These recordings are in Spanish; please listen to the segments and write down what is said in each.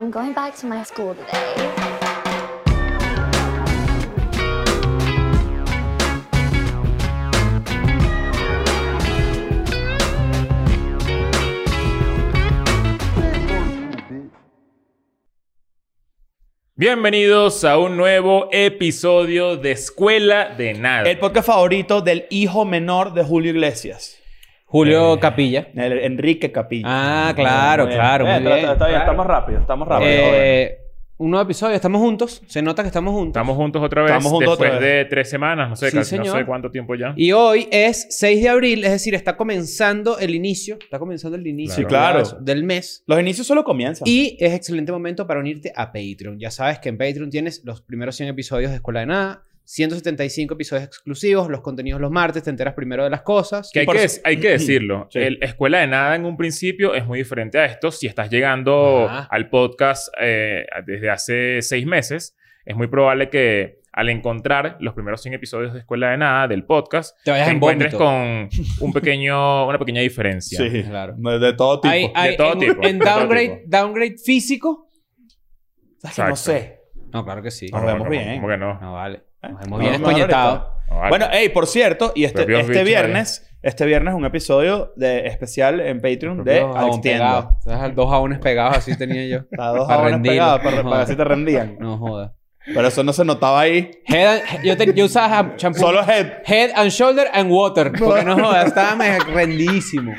I'm going back to my school today. Bienvenidos a un nuevo episodio de Escuela de Nada. El podcast favorito del hijo menor de Julio Iglesias. Julio Eh, Capilla. El Enrique Capilla. Ah, claro, Muy bien. claro. Eh, Muy está- bien. Está, está bien, estamos rápido, estamos rápido. joder. Eh, un nuevo episodio. Estamos juntos. Se nota que estamos juntos. Estamos juntos otra vez. Estamos juntos después otra de tres semanas, no sé, Sí, casi, no señor. sé cuánto tiempo ya. Y hoy es 6 de abril, es decir, está comenzando el inicio. Está comenzando el inicio. Sí, claro. cuidado, Del mes. Los inicios solo comienzan. Y es excelente momento para unirte a Patreon. Ya sabes que en Patreon tienes los primeros 100 episodios de Escuela de Nada, 175 episodios exclusivos, los contenidos los martes, te enteras primero de las cosas. Que hay, por que, su- hay que decirlo. Sí. El Escuela de Nada en un principio es muy diferente a esto. Si estás llegando Ajá. al podcast eh, desde hace seis meses, es muy probable que al encontrar los primeros 100 episodios de Escuela de Nada del podcast, Te vayas te en encuentres vómito. con un pequeño, una pequeña diferencia. sí, claro. De, de todo tipo. Hay- O hay- de todo en, tipo, en de todo downgrade, tipo. downgrade físico. sea, que no exacto. sé. No, claro que sí. Nos vemos bien. ¿Cómo que no? No vale. Nos No, hemos bien no, no, desconectado. ahorita. No, vale. Bueno, hey, por cierto, y este, Los propios este bichos viernes, este viernes un episodio de, especial en Patreon de Dos Alex jabones Tienda. pegados. Esas Dos jabones pegados así tenía yo. Las dos Para jabones rendirlo. pegados para, No para que así te rendían. No joda. Pero eso no se notaba ahí. Head and- yo, te- yo usaba jam- champú. Solo head. Head and shoulder and water. Porque no joda. Estaba me- rendidísimo.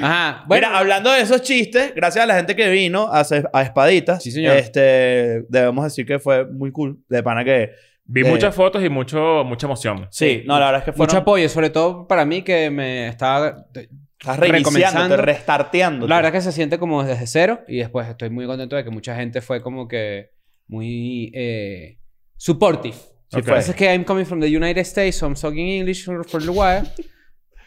Ajá. Bueno, Mira, hablando de esos chistes, gracias a la gente que vino a, Ce- a Espaditas, Sí, señor. este, debemos decir que fue muy cool. De pana que. Vi Eh, muchas fotos y mucho, mucha emoción. Sí, no, la verdad es que fueron. mucho apoyo. Sobre todo para mí que me estaba... Estás reiniciándote, recomenzando. restarteando. La verdad que se siente como desde cero. Y después estoy muy contento de que mucha gente fue como que muy... Eh, supportive. Sí, Ok. fue. Entonces es que I'm coming from the United States, so I'm talking English for for a while.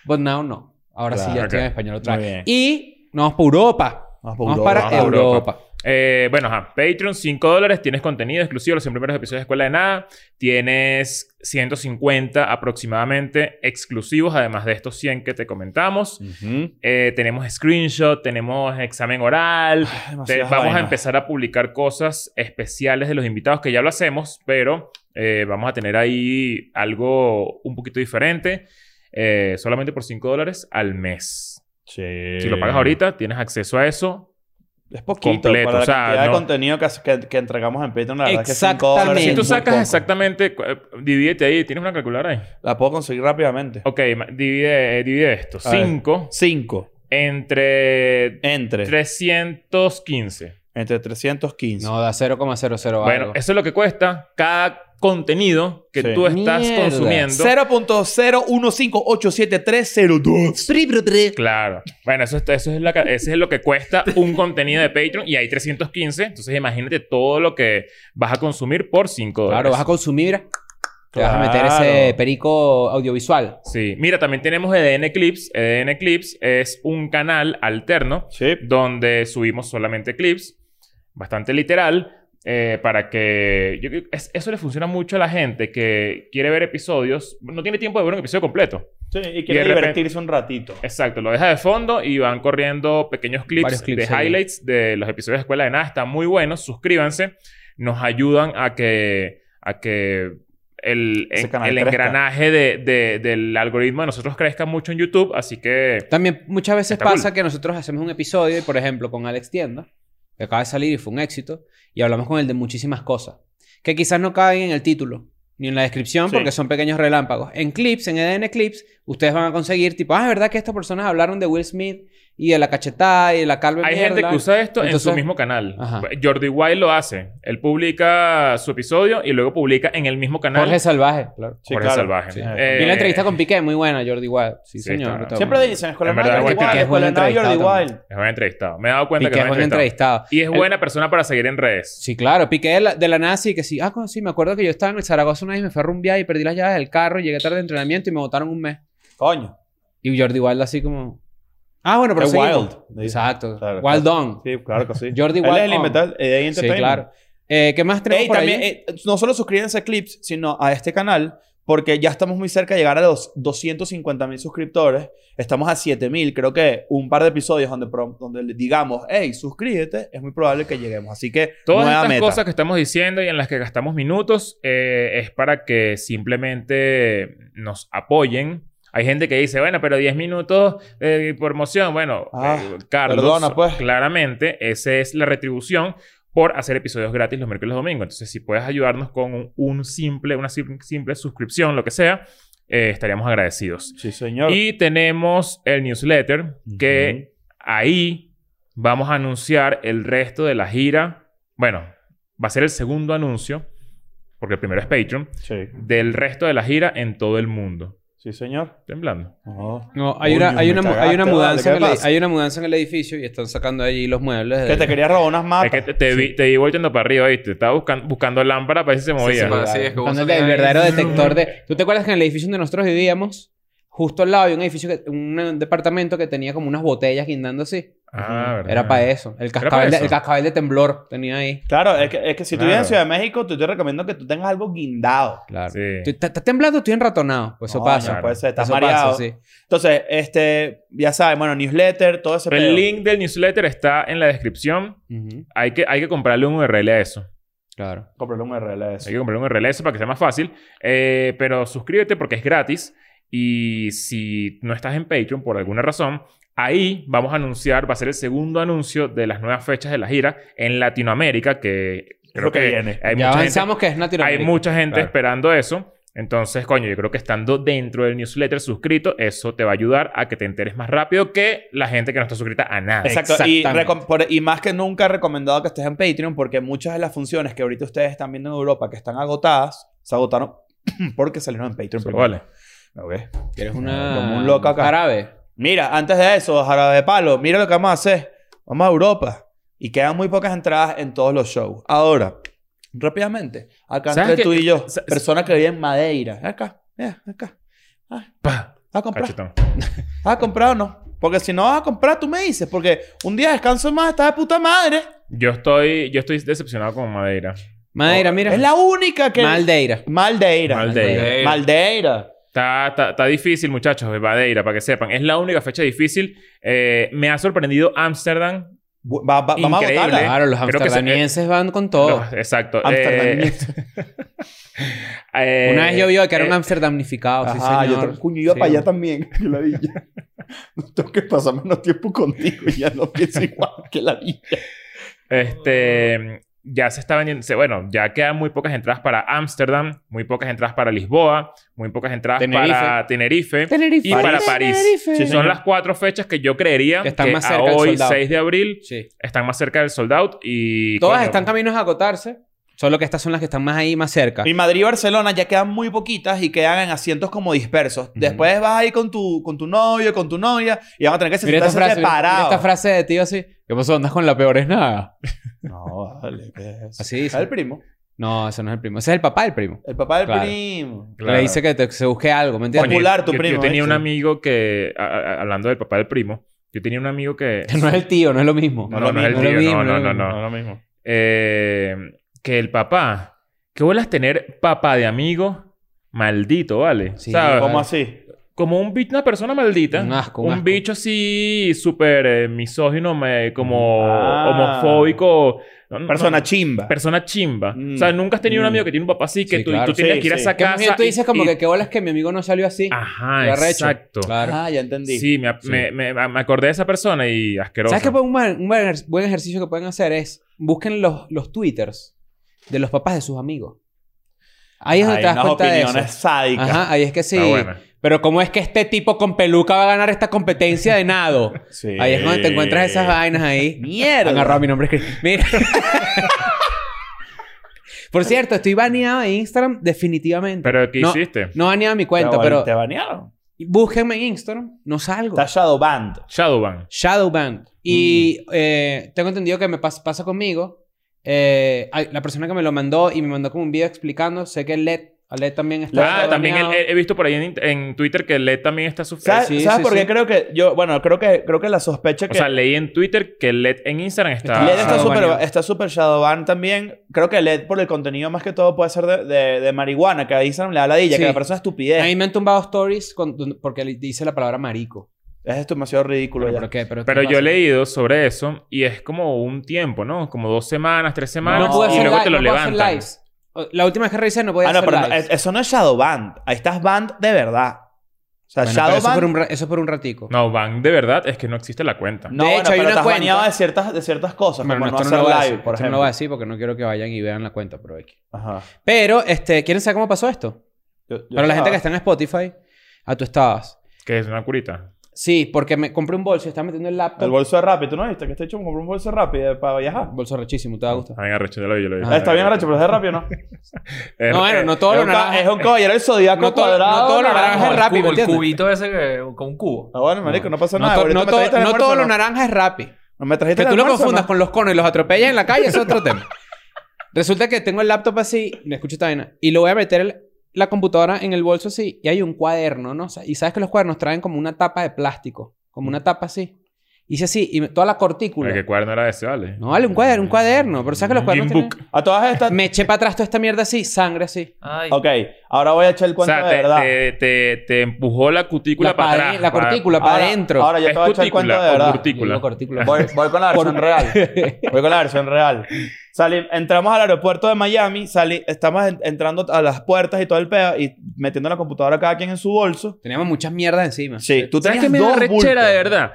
But now no. Ahora sí Claro, ya ok. estoy en español otra Muy vez. bien. Y nos vamos para Europa. Vamos Vamos, pa' Europa. para Vamos pa' Europa. Europa. Eh, bueno, ajá. Patreon, 5 dólares. Tienes contenido exclusivo, los 100 primeros episodios de Escuela de Nada. Tienes 150 aproximadamente exclusivos, además de estos 100 que te comentamos. Ujú. Eh, tenemos screenshot, tenemos examen oral. Te- Demasiadas vamos a Ah, vainas. empezar a publicar cosas especiales de los invitados, que ya lo hacemos, pero eh, vamos a tener ahí algo un poquito diferente. eh, solamente por 5 dólares al mes. Sí. Si lo pagas ahorita, tienes acceso a eso. Es poquito completo, para la o sea, cantidad de no- contenido que, que, que entregamos en Patreon. La verdad que cinco Exactamente. dólares Si es tú muy sacas poco. exactamente, cu- eh, divídete ahí, ¿tienes una calculadora ahí? La puedo conseguir rápidamente. Ok, ma- divide, eh, divide esto. A ver. 5 Cinco. entre Entre. 315. Entre 315. No, da 0,00 Bueno, algo. eso es lo que cuesta cada contenido que Sí. tú estás Mierda. consumiendo. 0.015873002. Claro. Bueno, eso, es- eso, es la, ca- eso es lo que cuesta un contenido de Patreon y hay 315. Entonces imagínate todo lo que vas a consumir por 5 dólares. Claro, vas a consumir. Te vas a meter Claro. ese perico audiovisual. Sí. Mira, también tenemos EDN Clips. EDN Clips es un canal alterno Sí. donde subimos solamente clips, bastante literal, eh, para que... yo creo que es- eso le funciona mucho a la gente que quiere ver episodios, no tiene tiempo de ver un episodio completo. Sí, y Y de quiere repente- divertirse un ratito. Exacto, lo deja de fondo y van corriendo pequeños clips, Varios clips de ahí. highlights de los episodios de Escuela de Nada. Están muy buenos, suscríbanse, nos ayudan a que... A que el, Ese canal el crezca. engranaje de- de- del algoritmo de nosotros crezca mucho en YouTube, así que... También muchas veces Está pasa que nosotros hacemos un episodio, y, por ejemplo, con Alex Tienda, que acaba de salir y fue un éxito, y hablamos con él de muchísimas cosas, que quizás no caben en el título ni en la descripción Sí. porque son pequeños relámpagos. En clips, en EDN clips, ustedes van a conseguir tipo, ah, es verdad que estas personas hablaron de Will Smith y de la cachetada y de la calva. de Hay mierda?" gente que usa esto en Entonces- su mismo canal. Ajá. Jordi Wild lo hace. Él publica su episodio y luego publica en el mismo canal Jorge Salvaje, claro. Sí, Jorge claro. Salvaje. Sí. Eh, Vi la entrevista con Piqué, muy buena, Jordi Wild. Sí, Sí, señor. está- está Siempre bueno. dicen escuela En verdad, de Jordi bueno, Wild, Piqué es escuela buen de Jordi entrevistado Wild. Es buen entrevistado. Me he dado cuenta Piqué que es buen entrevistado. entrevistado. Y es El- buena persona para seguir en redes. Sí, claro. Piqué de la, de la nada sí que sí. Ah, co- sí, me acuerdo que yo estaba en el Zaragoza una vez, me fui a rumbear y perdí las llaves del carro, llegué tarde de entrenamiento y me botaron un mes. Coño. Y Jordi Wild así como... Ah, bueno, pero Es seguimos. wild. Exacto. Claro, wild on. Sí, claro que sí. Jordi Él Wild es el on. inventor eh, de Day Sí, Entertainment. claro. Eh, ¿Qué más tenemos Ey, por también, ahí? eh, no solo suscríbanse a Clips, sino a este canal, porque ya estamos muy cerca de llegar a los 250 mil suscriptores. Estamos a 7 mil. Creo que un par de episodios donde, pro- donde le digamos, hey, suscríbete, es muy probable que lleguemos. Así que, Todas nueva estas meta. cosas que estamos diciendo y en las que gastamos minutos eh, es para que simplemente nos apoyen. Hay gente que dice, bueno, pero 10 minutos de promoción. Bueno, Ah, eh, Carlos, perdona, pues. claramente esa es la retribución por hacer episodios gratis los miércoles y los domingos. Entonces, si puedes ayudarnos con un, un simple, una sim- simple suscripción, lo que sea, eh, estaríamos agradecidos. Sí, señor. Y tenemos el newsletter que Ujú. Ahí vamos a anunciar el resto de la gira. Bueno, va a ser el segundo anuncio, porque el primero es Patreon, Sí, del resto de la gira en todo el mundo. sí, señor. Temblando. No. No, hay, Coño, una, hay, me una, mu- hay cagaste, una vale, ¿qué mudanza en el, pasa? hay una mudanza en el edificio y están sacando allí los muebles. Que del- te quería robar unas mapas. es que te, te vi, te vi volteando para arriba, ¿viste? Estaba buscando, buscando lámpara para ver si se Sí, movía. sí, sí, es que vos Cuando el, salías el ahí. verdadero detector de... ¿Tú te acuerdas que en el edificio donde nosotros vivíamos, justo al lado había un edificio, que- un departamento que tenía como unas botellas guindando así? Ah, verdad. Era para eso. El pa' cascabel, de, eso. el cascabel de temblor tenía ahí. Claro, es que, es que si tú Claro. vives en Ciudad de México, te, te recomiendo que tú tengas algo guindado. Claro. Sí. ¿Estás temblando? Estoy enratonado. Pues eso No, pasa. no puede ser, estás Eso pasa, mareado. sí. Entonces, este, ya sabes, bueno, newsletter, todo ese pedo. El link del newsletter está en la descripción. Ujú, Hay que, hay que comprarle un URL a eso. Claro. Comprarle un URL a eso. Hay que comprar un RLS para que sea más fácil. Eh, pero suscríbete porque es gratis. Y si no estás en Patreon por alguna razón, ahí vamos a anunciar, va a ser el segundo anuncio de las nuevas fechas de la gira en Latinoamérica, que creo lo que que, viene. hay ya mucha gente, avanzamos que es hay Latinoamérica. mucha gente Claro. esperando eso. Entonces, coño, yo creo que estando dentro del newsletter suscrito, eso te va a ayudar a que te enteres más rápido que la gente que no está suscrita a nada. Exacto. Y, Exactamente. recom- por- y más que nunca he recomendado que estés en Patreon porque muchas de las funciones que ahorita ustedes están viendo en Europa que están agotadas, se agotaron porque salieron en Patreon. Eso primero. vale. Ok. Eres una... Como un loco acá. Árabe. Mira, antes de eso, jarabe de palo, mira lo que vamos a hacer. Vamos a Europa. Y quedan muy pocas entradas en todos los shows. Ahora, rápidamente, acá ¿Sabes entre qué? tú y yo, Sa- persona que vive en Madeira. Acá, mira, acá. Pa, ¿Vas a comprar? cachetón. ¿Vas a comprar o no? Porque si no vas a comprar, tú me dices. Porque un día descanso más, estás de puta madre. Yo estoy, yo estoy decepcionado con Madeira. Madeira, mira. Oh, Es la única que. Maldeira. Maldeira. Maldeira. Maldeira. Maldeira. Está, está- está difícil, muchachos, Madeira, para que sepan. Es la única fecha difícil. Eh, me ha sorprendido Ámsterdam. Bu- va- va- vamos a Increíble. votarla. Claro, los Creo que se- amsterdamienses van con todo. Los- exacto. Amsterdam. Eh, eh, Una vez yo vi que era un eh, amsterdamnificado, sí, Ajá, yo señor. también. Coño, iba Sí. para allá también. que la villa. no tengo que pasar menos tiempo contigo. Ya no pienso igual que la villa. Este, ya se está vendiendo. se- Bueno, ya quedan muy pocas entradas para Ámsterdam, muy pocas entradas para Lisboa, muy pocas entradas Tenerife. para Tenerife. Tenerife. Y para París. Son Sí, señor. las cuatro fechas que yo creería Que que, están más a cerca del hoy, sold out. 6 de abril, Sí. están más cerca del sold out. Y, Todas coño, están caminos a agotarse. Solo que estas son las que están más ahí, más cerca. Y Madrid y Barcelona ya quedan muy poquitas y quedan en asientos como dispersos. Después vas ahí con tu, con tu novio, con tu novia y van a tener que Mira esta, sentarse frase, mira- mira esta separados. frase de tío así. ¿Qué pasó? ¿Andas con la peor es nada? No, vale, ¿qué es eso? Así dice. El primo. No, eso no es el primo. Ese es el papá del primo. El papá del Claro. primo. Que claro. Le dice que te- se busque algo, ¿me entiendes? Popular, Yo- tu yo, primo, Yo tenía ¿eh? un Sí. amigo que, a- a- hablando del papá del primo, yo tenía un amigo que. Que No es el tío, no es lo mismo. No, No no, lo no es el mismo, no tío, lo no, mismo, no, no no, lo no. lo mismo. Eh, que el papá. ¿Qué vuelas tener papá de amigo? Maldito, ¿vale? Sí, ¿Sabes? ¿Cómo Como, así? un bi- una persona maldita. Un asco, un asco. bicho así súper eh, misógino, me- como Ah. homofóbico. No, no, Persona no, chimba. persona chimba. Mm. O sea, nunca has tenido un Mm. amigo que tiene un papá así que Sí, tú, claro. tú tienes Sí, que ir a sí. esa Que más bien casa. tú dices y- Ah, como y- que qué bolas que mi amigo no salió así. Ajá, Qué arrecho. exacto. Claro. Ah, ya entendí. Sí, me, me- me- me acordé de esa persona y asqueroso. ¿Sabes qué? Un, buen, un buen ejer- buen ejercicio que pueden hacer es busquen los, los twitters de los papás de sus amigos. Ahí es donde Hay te das unas cuenta de eso. opiniones sádicas. Ajá, ahí es que sí. Está buena. Pero ¿cómo es que este tipo con peluca va a ganar esta competencia de nado? Sí. Ahí es donde te encuentras Eh. esas vainas ahí. Mierda. Agarrado mi nombre. escrito. Mira. Por cierto, estoy baneado de Instagram definitivamente. ¿Pero qué No. hiciste? No baneado mi Te cuenta, ban- pero Te banearon. búsquenme en Instagram. No salgo. Está shadowbanned. Shadowban. Shadowban. Y Mm. eh, tengo entendido que me pas- pasa conmigo. eh, ay, la persona que me lo mandó y me mandó como un video explicando, sé que LED Ale también está. Ah, también baneado. he, he visto por ahí en, en Twitter que Led también está sufriendo. ¿Sabes, Sí, sabes sí, por qué sí. creo que yo, bueno, creo que creo que la sospecha O que sea, leí en Twitter que Led en Instagram está... LED está Shadow súper baneado. está super Shadowban también. Creo que LED por el contenido más que todo puede ser de, de- de marihuana, que a Instagram le da ladilla, Sí. que me parece una A mí estupidez. me han tumbado stories con- donde- porque le dice la palabra marico. Es demasiado ridículo Pero, ya. ¿por qué? Pero, Pero ¿qué yo he pasa? leído sobre eso y es como un tiempo, ¿no? Como dos semanas, tres semanas No puedo y hacer, luego live, te lo no puedo hacer levantan. lives. O- La última vez que revisé no podía Ah, no, hacer pero no, lives. es- eso no es Shadowban. Ahí estás banned de verdad. O sea, Bueno, pero eso, es por Shadowban. un, ra- eso es por un ratico. No, van de verdad, es que no existe la cuenta. No, De bueno, hecho, hay pero una estás cuenta- baneado de ciertas, de ciertas cosas, Bueno, como no, esto hacer lo voy a live, decir, por esto no lo ejemplo. voy a decir porque no quiero que vayan y vean la cuenta, pero aquí. Ajá. Pero, este, ¿quieren saber cómo pasó esto? Yo- yo Para la gente estaba- que está en Spotify, a tú estabas. Que es una curita. Sí, porque me compré un bolso y estaba metiendo el laptop. El bolso de Rappi, ¿tú no viste? Que este hecho compró un bolso de Rappi eh, para viajar. bolso rechísimo, te va a gustar. Está bien arrecho, ya lo vi, yo lo vi. Eh, Ah, Está bien, Racho, pero es de Rappi o no. Es- No, bueno, no todo es, lo un ca- naranja. es un caballero del zodiaco No todo- cuadrado. no todo lo naranja. naranja es rápido, el, cubo, el ¿entiendes? cubito ese que, con un cubo. Ah, bueno, marico, no pasa No, nada. to- Ahorita no me to- trajiste el no almuerzo, todo lo ¿no? naranja es Rappi. No me trajiste Que el tú Este lo almuerzo, confundas ¿no? con los conos y los atropellas en la calle es otro tema. Resulta que tengo el laptop así, me escucho esta vaina, y lo voy a meter el- la computadora en el bolso así, y hay un cuaderno, ¿no? O sea, y sabes que los cuadernos traen como una tapa de plástico, como una tapa así. Hice así, y me- toda la cortícula. Pero qué cuaderno era ese, vale? Mm. No vale, un cuaderno, un cuaderno, pero sabes que los cuadernos. Gimbook. tienen- A todas estas. Me eché para atrás toda esta mierda así, sangre así. Ay, Ok, ahora voy a echar el O cuento sea, de te, verdad. te, te- te empujó la cutícula La, para pade- atrás. la para- cortícula para Ahora- adentro. Ahora yo Es te voy a echar el cuento cutícula de o verdad. curtícula. Yo digo cortícula. Voy, voy con la versión real. Voy con la versión real. Salí- entramos al aeropuerto de Miami, salí, estamos en- entrando a las puertas y todo el pedo y metiendo la computadora cada quien en su bolso. Teníamos muchas mierdas encima. Sí, tú ¿Sabes tenías qué me da dos bultos. rechera de verdad?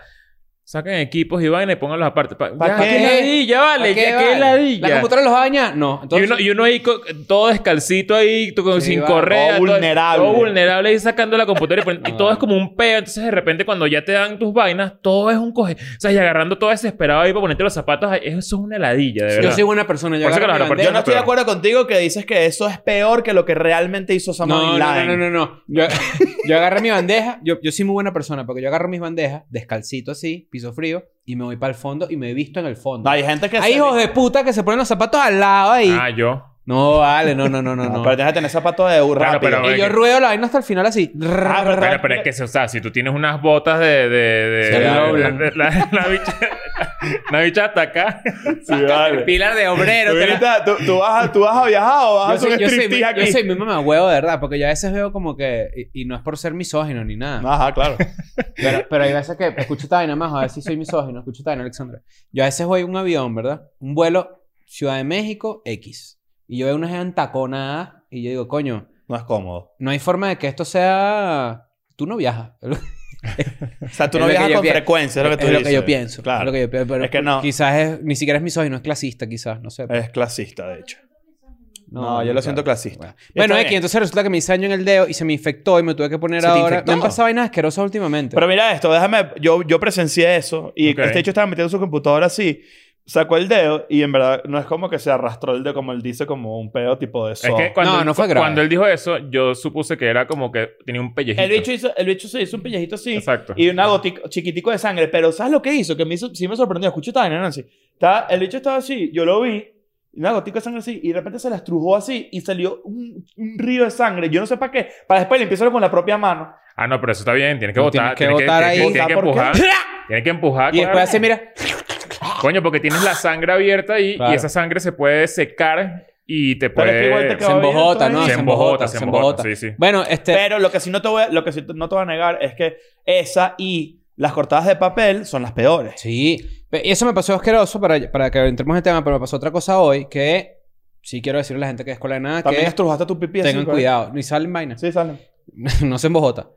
Saquen equipos y vaina y pónganlos aparte. Pa- ¿Pa ya, qué? ladilla, vale? ¿Qué, ¿Para qué ya, qué vale? ladilla? ¿La computadora los va a dañar? No. Y Entonces, uno, y uno ahí co- todo descalcito ahí, tú con- Sí, sin va. correa. Todo todo- vulnerable. Todo vulnerable ahí sacando la computadora y, poniendo- y No, todo vale. es como un peo. Entonces de repente cuando ya te dan tus vainas, todo es un coge. O sea, y agarrando todo desesperado ahí para ponerte los zapatos. ahí, Eso es una heladilla, de verdad. yo soy buena persona. Yo Por eso agarro que los mi Yo bandera- no estoy de Pero- acuerdo contigo que dices que eso es peor que lo que realmente hizo Samuel No, no, Online. no, no, no, no. Yo, yo agarré mi bandeja. Yo, yo soy muy buena persona porque yo agarro mis bandejas, descalcito así, piso frío, y me voy para el fondo y me he visto en el fondo. No, Hay gente que Hay se- hijos de puta que se ponen los zapatos al lado ahí. Ah, yo. No, vale, no, no, no, no. No, no. Pero tienes que tener zapatos de burro. Claro, pero- Y yo ruedo la vaina hasta el final así. Ah, Bueno, pero es que, o sea, si tú tienes unas botas de... de, de, Se de- doblan. de- la, la bicha, la bicha hasta acá. Sí, vale. Pilar de obrero. Tú, te la- ahorita- tú- tú vas a, tú vas a viajar o vas a Yo hacer un soy, yo, soy, striptease yo aquí. soy mi mamá huevo, de verdad, porque yo a veces veo como que. Y, y no es por ser misógino ni nada. Ajá, claro. Pero, pero hay veces que escucho esta vaina más, a ver si soy misógino. Escucho esta vaina, Alexandra. Yo a veces voy en un avión, ¿verdad? Un vuelo Ciudad de México, X. Y yo veo unas entaconadas y yo digo, coño, No es cómodo. no hay forma de que esto sea. Tú no viajas. O sea, tú no Es lo que viajas yo con pien- frecuencia, es lo que tú es lo que dices. yo pienso. Claro. Es lo que yo pienso. Pero Es que no. Quizás es- ni siquiera es misógino, es clasista, quizás. No sé. Es clasista, de hecho. No, yo lo siento clasista. Bueno, Está bueno bien. X, entonces resulta que me hice daño en el dedo y se me infectó y me tuve que poner ¿Se te ahora. infectó? Me han pasado vainas asquerosas últimamente. Pero mira esto, déjame. Yo, yo presencié eso y Ok. este hecho estaba metiendo su computadora así. Sacó el dedo y en verdad no es como que se arrastró el dedo como él dice, como un pedo tipo de Es so. que cuando, No, él- no fue cu- grave. cuando él dijo eso, yo supuse que era como que tenía un pellejito. el, bicho hizo- el bicho se hizo un pellejito así Exacto. y una gotica chiquitico de sangre. Pero ¿sabes lo que hizo? Que me hizo, sí me sorprendió. Escucha esta vaina, Nancy. Estaba- el bicho estaba así, yo lo vi, una gotica de sangre así y de repente se la estrujó así y salió un, un río de sangre. Yo no sé para qué. Para después limpiarlo con la propia mano. Ah, no, pero eso está bien. Tienes que No, votar. tienes que botar ahí. Tienes que ¿Por qué? empujar. Tienes que empujar. y después claro. así, mira. Coño, porque tienes la sangre abierta ahí Claro. y esa sangre se puede secar y te Pero es que puede... igual te Se Todavía embojota, ¿no? todavía. se embojota, se embojota. Sí, sí. Bueno, este. Pero lo que sí no te voy a, lo que sí no te voy a negar es que esa y las cortadas de papel son las peores. Sí. Pe- Y eso me pasó asqueroso para, para que entremos en el tema, pero me pasó otra cosa hoy que sí quiero decirle a la gente que es escuela de nada También que estrujaste tu pipí así, tengan ¿verdad? cuidado. Ni salen vainas. Sí, salen. no se embojota.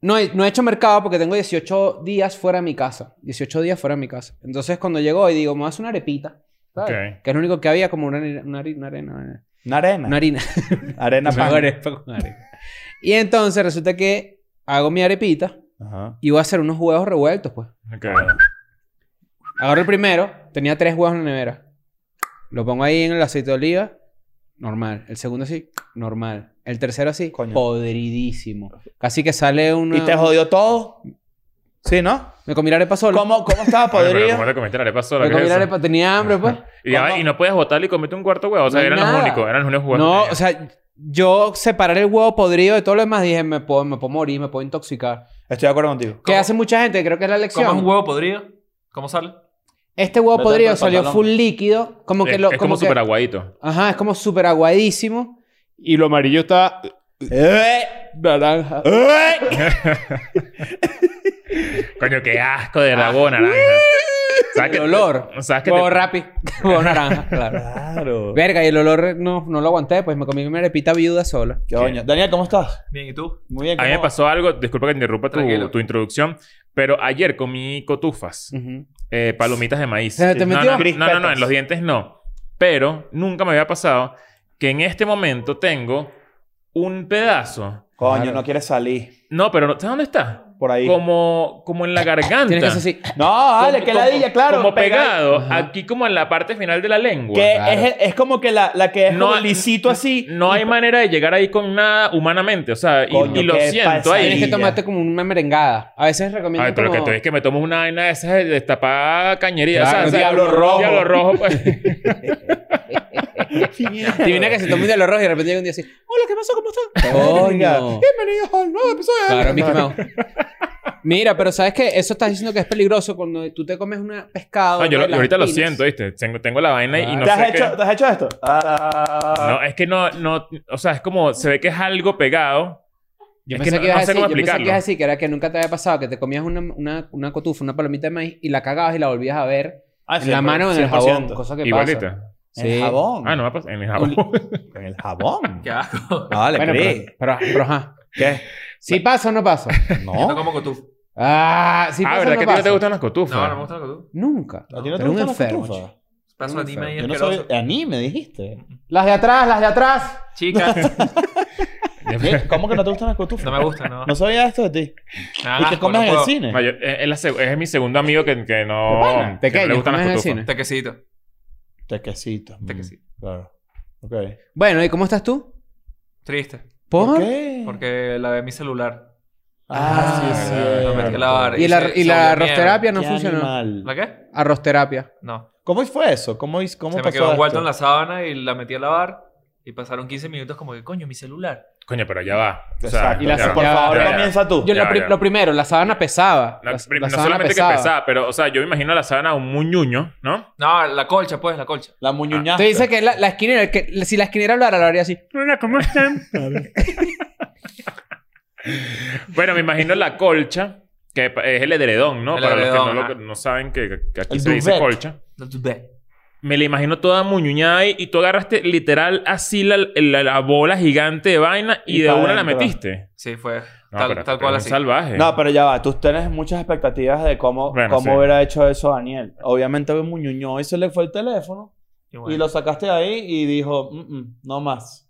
No he, no he hecho mercado porque tengo 18 días fuera de mi casa. 18 días fuera de mi casa. Entonces cuando llego hoy digo, me vas una arepita. ¿sabes? Ok. Que es lo único que había como una, una, hari- una harina. Una arena. Una harina. Arena Una pan. arepa con harina. Y entonces resulta que hago mi arepita Ajá. y voy a hacer unos huevos revueltos, pues. Ok. Agarro el primero, tenía tres huevos en la nevera. Lo pongo ahí en el aceite de oliva, normal. El segundo así, normal. El tercero así, Coño. podridísimo. Casi que sale una... ¿Y te jodió todo? Sí, ¿no? Me comí la arepa solo. ¿Cómo, cómo estaba Bueno, pero ¿cómo podrido? te comiste la arepa sola? Me ¿Qué es comí la eso? arepa, tenía hambre, pues. Y, ya- ¿Cómo? y no podías botarle y comerte un cuarto huevo. O sea, No hay eran los nada. únicos. Eran los únicos huevos. No, que o sea, yo separar el huevo podrido de todo lo demás, dije, me puedo, me puedo morir, me puedo intoxicar. Estoy de acuerdo contigo. Que hace mucha gente, creo que es la ¿Cómo es un lección. huevo podrido? ¿Cómo sale? Este huevo Me tanto podrido el salió pantalón. full líquido, como que es, lo... es como que- súper aguadito. Ajá, es como súper aguadísimo. Y lo amarillo está... ¡Eh! Naranja. ¡Eh! Coño, qué asco de dragón naranja. ¿Sabes El que- olor. ¿Sabes que te- Huevo rapi. Huevo naranja, claro. Claro. Verga, y el olor no, no lo aguanté, pues me comí mi arepita viuda sola. ¿Qué coño? Daniel, ¿cómo estás? Bien, ¿y tú? Muy bien. A mí me ¿cómo vas? pasó algo, disculpa que interrumpa tu, Tranquilo. tu introducción, pero ayer comí cotufas, Ujú. eh, palomitas de maíz. ¿Se Mm. te No, No, no, no, metió? no, no, Crispetas. en los dientes no. Pero nunca me había pasado que en este momento tengo un pedazo. Coño, Claro. no quieres salir No, pero no- ¿sabes dónde está? por ahí. Como, como en la garganta. Tienes que hacer así. No, dale, Como- Ah, que como- ladilla, claro. Como pegar- pegado, Ajá. aquí como en la parte final de la lengua. Que Claro. es, es como que la, la que es No como hay- lisito así. No hay manera de llegar ahí con nada humanamente. O sea, y- Coño, y, lo qué siento pasadilla. Tienes que ahí. tomarte como una merengada. A veces recomiendo Ay, pero como... que tú es que me tomo una vaina de esas de destapar cañería. Claro, o sea, diablo o sea, rojo. Diablo rojo. pues. Divina que se tome un diablo rojo y de repente llega un día así... Hola, ¿qué pasó? ¿Cómo estás? Verga. Coño. Bienvenidos al nuevo episodio. Claro, Mickey Mouse. Mira, pero ¿sabes qué? Eso estás diciendo que es peligroso cuando tú te comes un pescado. No, Ah, yo, ¿no? lo- Las yo ahorita lo espinas. siento, ¿viste? Tengo, tengo la vaina y Ah. no ¿Te, sé has qué- hecho, ¿Te has hecho esto? Ah, No, es que no, no... O sea, es como... Se ve que es algo pegado. Yo es pensé no, que, ibas no a sé cómo decir- yo pensé que explicarlo. ibas a decir que era que nunca te había pasado que te comías una, una, una cotufa, una palomita de maíz y la cagabas y la volvías a ver ah, en la mano o en el jabón. Cosa que pasa. Igualita. ¿En el Sí. jabón? Ah, no me ha pasado. En el jabón. ¿En el jabón? ¿Qué asco. No, le Bueno, creí. pero, pero, pero ajá. ¿Qué? ¿Sí pasa o no pasa? No No. como cotufas. Ah, ¿sí ah, pasa ¿verdad o que no a ti no pasa? te gustan las cotufas? No, no me gustan las cotufas. Nunca. ¿A ti no te Pero un gustan las enfermo, cotufas? chico. Paso No, de anime y Yo no soy asqueroso. anime, dijiste. Las de atrás, las de atrás. Chicas, ¿Qué? ¿Cómo que no te gustan las cotufas? no me gustan, no. No sabía esto de ti. Nada, ¿Y que asco, comes no en el puedo. cine? No, yo- eh, es, es la seg- es mi segundo amigo que, que no... De pana, que no pequeño, le gustan las ¿cómo es el cotufas. cine? Tequecito. Tequecito. mm, Tequecito. Claro. Ok. Bueno, ¿y cómo estás tú? Triste. ¿Por? qué? Porque lavé mi celular. Ah, Ah, sí, sí, sí. lo metí a lavar. ¿Y la, Se- y se la volvió arrosterapia no Qué funcionó? animal. ¿La qué? Arrosterapia. No. ¿Cómo fue eso? ¿Cómo, hiz- cómo Se pasó me quedó envuelto esto? en la sábana y la metí a lavar. Y pasaron 15 minutos como que, coño, mi celular. Coño, pero ya va. O sea, Exacto. Y la- ya va. por ya, favor, ya, ya. comienza tú. Yo Ya, lo, pri- ya. lo primero, la sábana pesaba. La- La, prim- la no sábana solamente pesaba. que pesaba, pero, o sea, yo me imagino la sábana un muñuño, ¿no? No, la colcha, pues, la colcha. La muñuñaste. Ah, Te dice que la, la esquinera, que si la esquinera hablara, lo haría así. Hola, ¿cómo están? bueno, me imagino la colcha, que pa- es el edredón, ¿no? El Para los edredón, ah. que no, lo- ajá. no saben que, que aquí El se dice duvet. colcha. No tú ve. Me la imagino toda muñuñada ahí, y tú agarraste literal así la, la- la bola gigante de vaina y, Y de pa' una la dentro. metiste. Sí, fue No, tal, pero tal tú cual eres así. un salvaje. No, pero ya va. Tú tienes muchas expectativas de cómo, Bueno, cómo sí. hubiera hecho eso Daniel. Obviamente me muñuñó y se le fue el teléfono. Y bueno. Y lo sacaste de ahí y dijo, "Mm, mm, no más.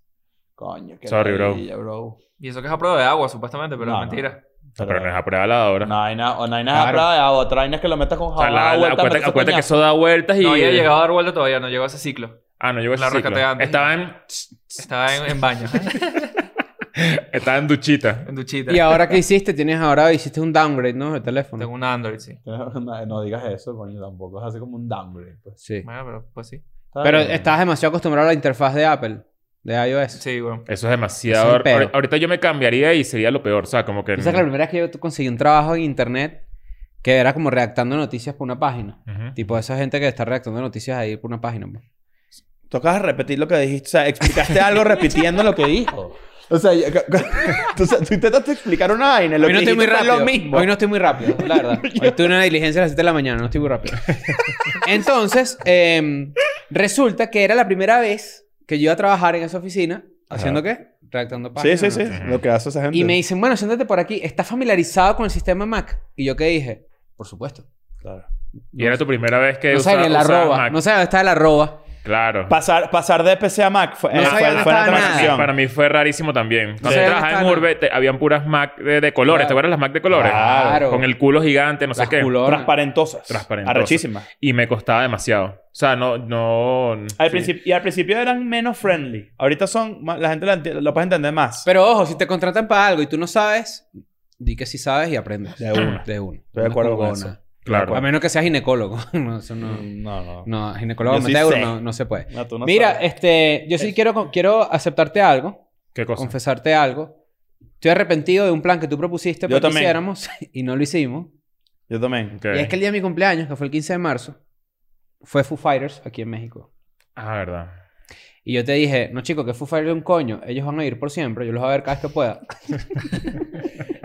Coño, qué Sorry, bro. ladilla, bro. Y eso que es a prueba de agua, supuestamente, pero No, es mentira. pero no es a prueba la hora. No hay nada, o no hay nada Claro. para de agua. Otra vaina es que lo metas con O sea, jabón. la- la- vuelta, acuérdate, metes un acuérdate que coñazo. eso da vueltas y... No había llegado a dar vuelta todavía, no llegó a ese ciclo. Ah, no llegó a ese La ciclo. recateé antes. Estaba en, Estaba en, en baño, estaba en duchita. en duchita. Y ahora, ¿qué hiciste? Tienes ahora, hiciste un downgrade, ¿no? De teléfono. Tengo un Android, sí. No, no digas eso, coño, tampoco. Es así como un downgrade. Pues. Sí. Bueno, pero pues sí. Está Pero bien. estabas demasiado acostumbrado a la interfaz de Apple, de iOS. Sí, bueno. Eso es demasiado. Ese es el pedo. Ahori- ahorita yo me cambiaría y sería lo peor. O sea, como que. Tú sabes que la primera vez que yo conseguí un trabajo en internet que era como redactando noticias por una página. Ujú. Tipo esa gente que está redactando noticias ahí por una página. pues. Tocas repetir lo que dijiste. O sea, explicaste algo repitiendo lo que dijo. O sea, yo- tú, tú intentaste explicar una vaina. y Lo Hoy no que estoy muy dijiste fue rápido. Lo mismo. Hoy no estoy muy rápido, la verdad. Hoy tuve una diligencia a las 7 de la mañana, no estoy muy rápido. Entonces, em, resulta que era la primera vez que yo iba a trabajar en esa oficina. ¿Haciendo qué? Redactando Sí, páginas. sí, sí. Ajá. Lo que hace esa gente. Y me dicen, bueno, siéntate por aquí. ¿Estás familiarizado con el sistema Mac? Y yo qué dije, por supuesto. Claro. Y era tu primera vez que. No sabía ni usaba- el usaba arroba. Mac. No sabía dónde estaba el arroba. Claro. Pasar, pasar de PC a Mac fue, No eh, sabía fue- dónde fue una estaba nada. transición. Para mí fue rarísimo también. Cuando Sí. yo trabajaba en Claro. Urbe, te- habían puras Mac de, de colores. ¿Te acuerdas las Mac de colores? Claro. Con el culo gigante, no Las sé qué. culonas. Transparentosas. Transparentosas. Arrechísimas. Y me costaba demasiado. O sea, no. no Al sí. principio, y al principio eran menos friendly. Ahorita son. más- La gente la enti- lo puede entender más. Pero ojo, si te contratan para algo y tú no sabes, di que sí sabes y aprendes. De una. De una. Estoy de Una acuerdo con colgona. eso. Claro. A menos que seas ginecólogo. no, eso no. No, no. No, ginecólogo Yo sí amateur sé. no, no se puede. No, tú no Mira, sabes. este, yo sí quiero, co- quiero aceptarte algo. ¿Qué cosa? confesarte algo. Estoy arrepentido de un plan que tú propusiste Yo para que también. hiciéramos y no lo hicimos. eh, Yo también. Ok. Y es que el día de mi cumpleaños, que fue el 15 de marzo, fue Foo Fighters aquí en México. Ah, verdad. Y yo te dije, no chico, que Foo Fighters es un coño. Ellos van a ir por siempre. Yo los voy a ver cada vez que pueda.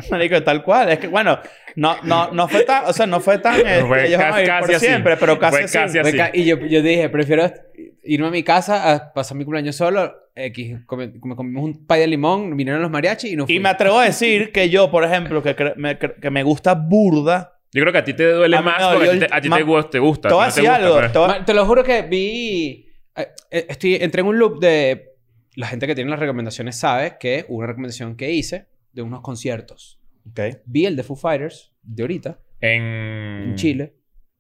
Marico, tal cual. Es que, bueno, no, no, no fue tan... O sea, no fue tan... eh, Fue ellos van a casi- ir casi por así. siempre, pero casi Fue así. casi así. Fue ca- Y yo, yo dije, prefiero irme a mi casa a pasar mi cumpleaños solo. X, come- me comimos un pay de limón, vinieron los mariachis y nos Y me atrevo a decir que yo, por ejemplo, que, cre- me, cre- que me gusta burda. Yo creo que a ti te duele A mí me más porque dolió a ti el- te, a ti ma- te gu- te gusta. Te voy a a ti decir no te algo. gusta, pues. te voy a- Ma- Te lo juro que vi. eh, eh, Estoy, entré en un loop de. La gente que tiene las recomendaciones sabe que hubo una recomendación que hice de unos conciertos. Ok. Vi el de Foo Fighters de ahorita, pero- En... en Chile.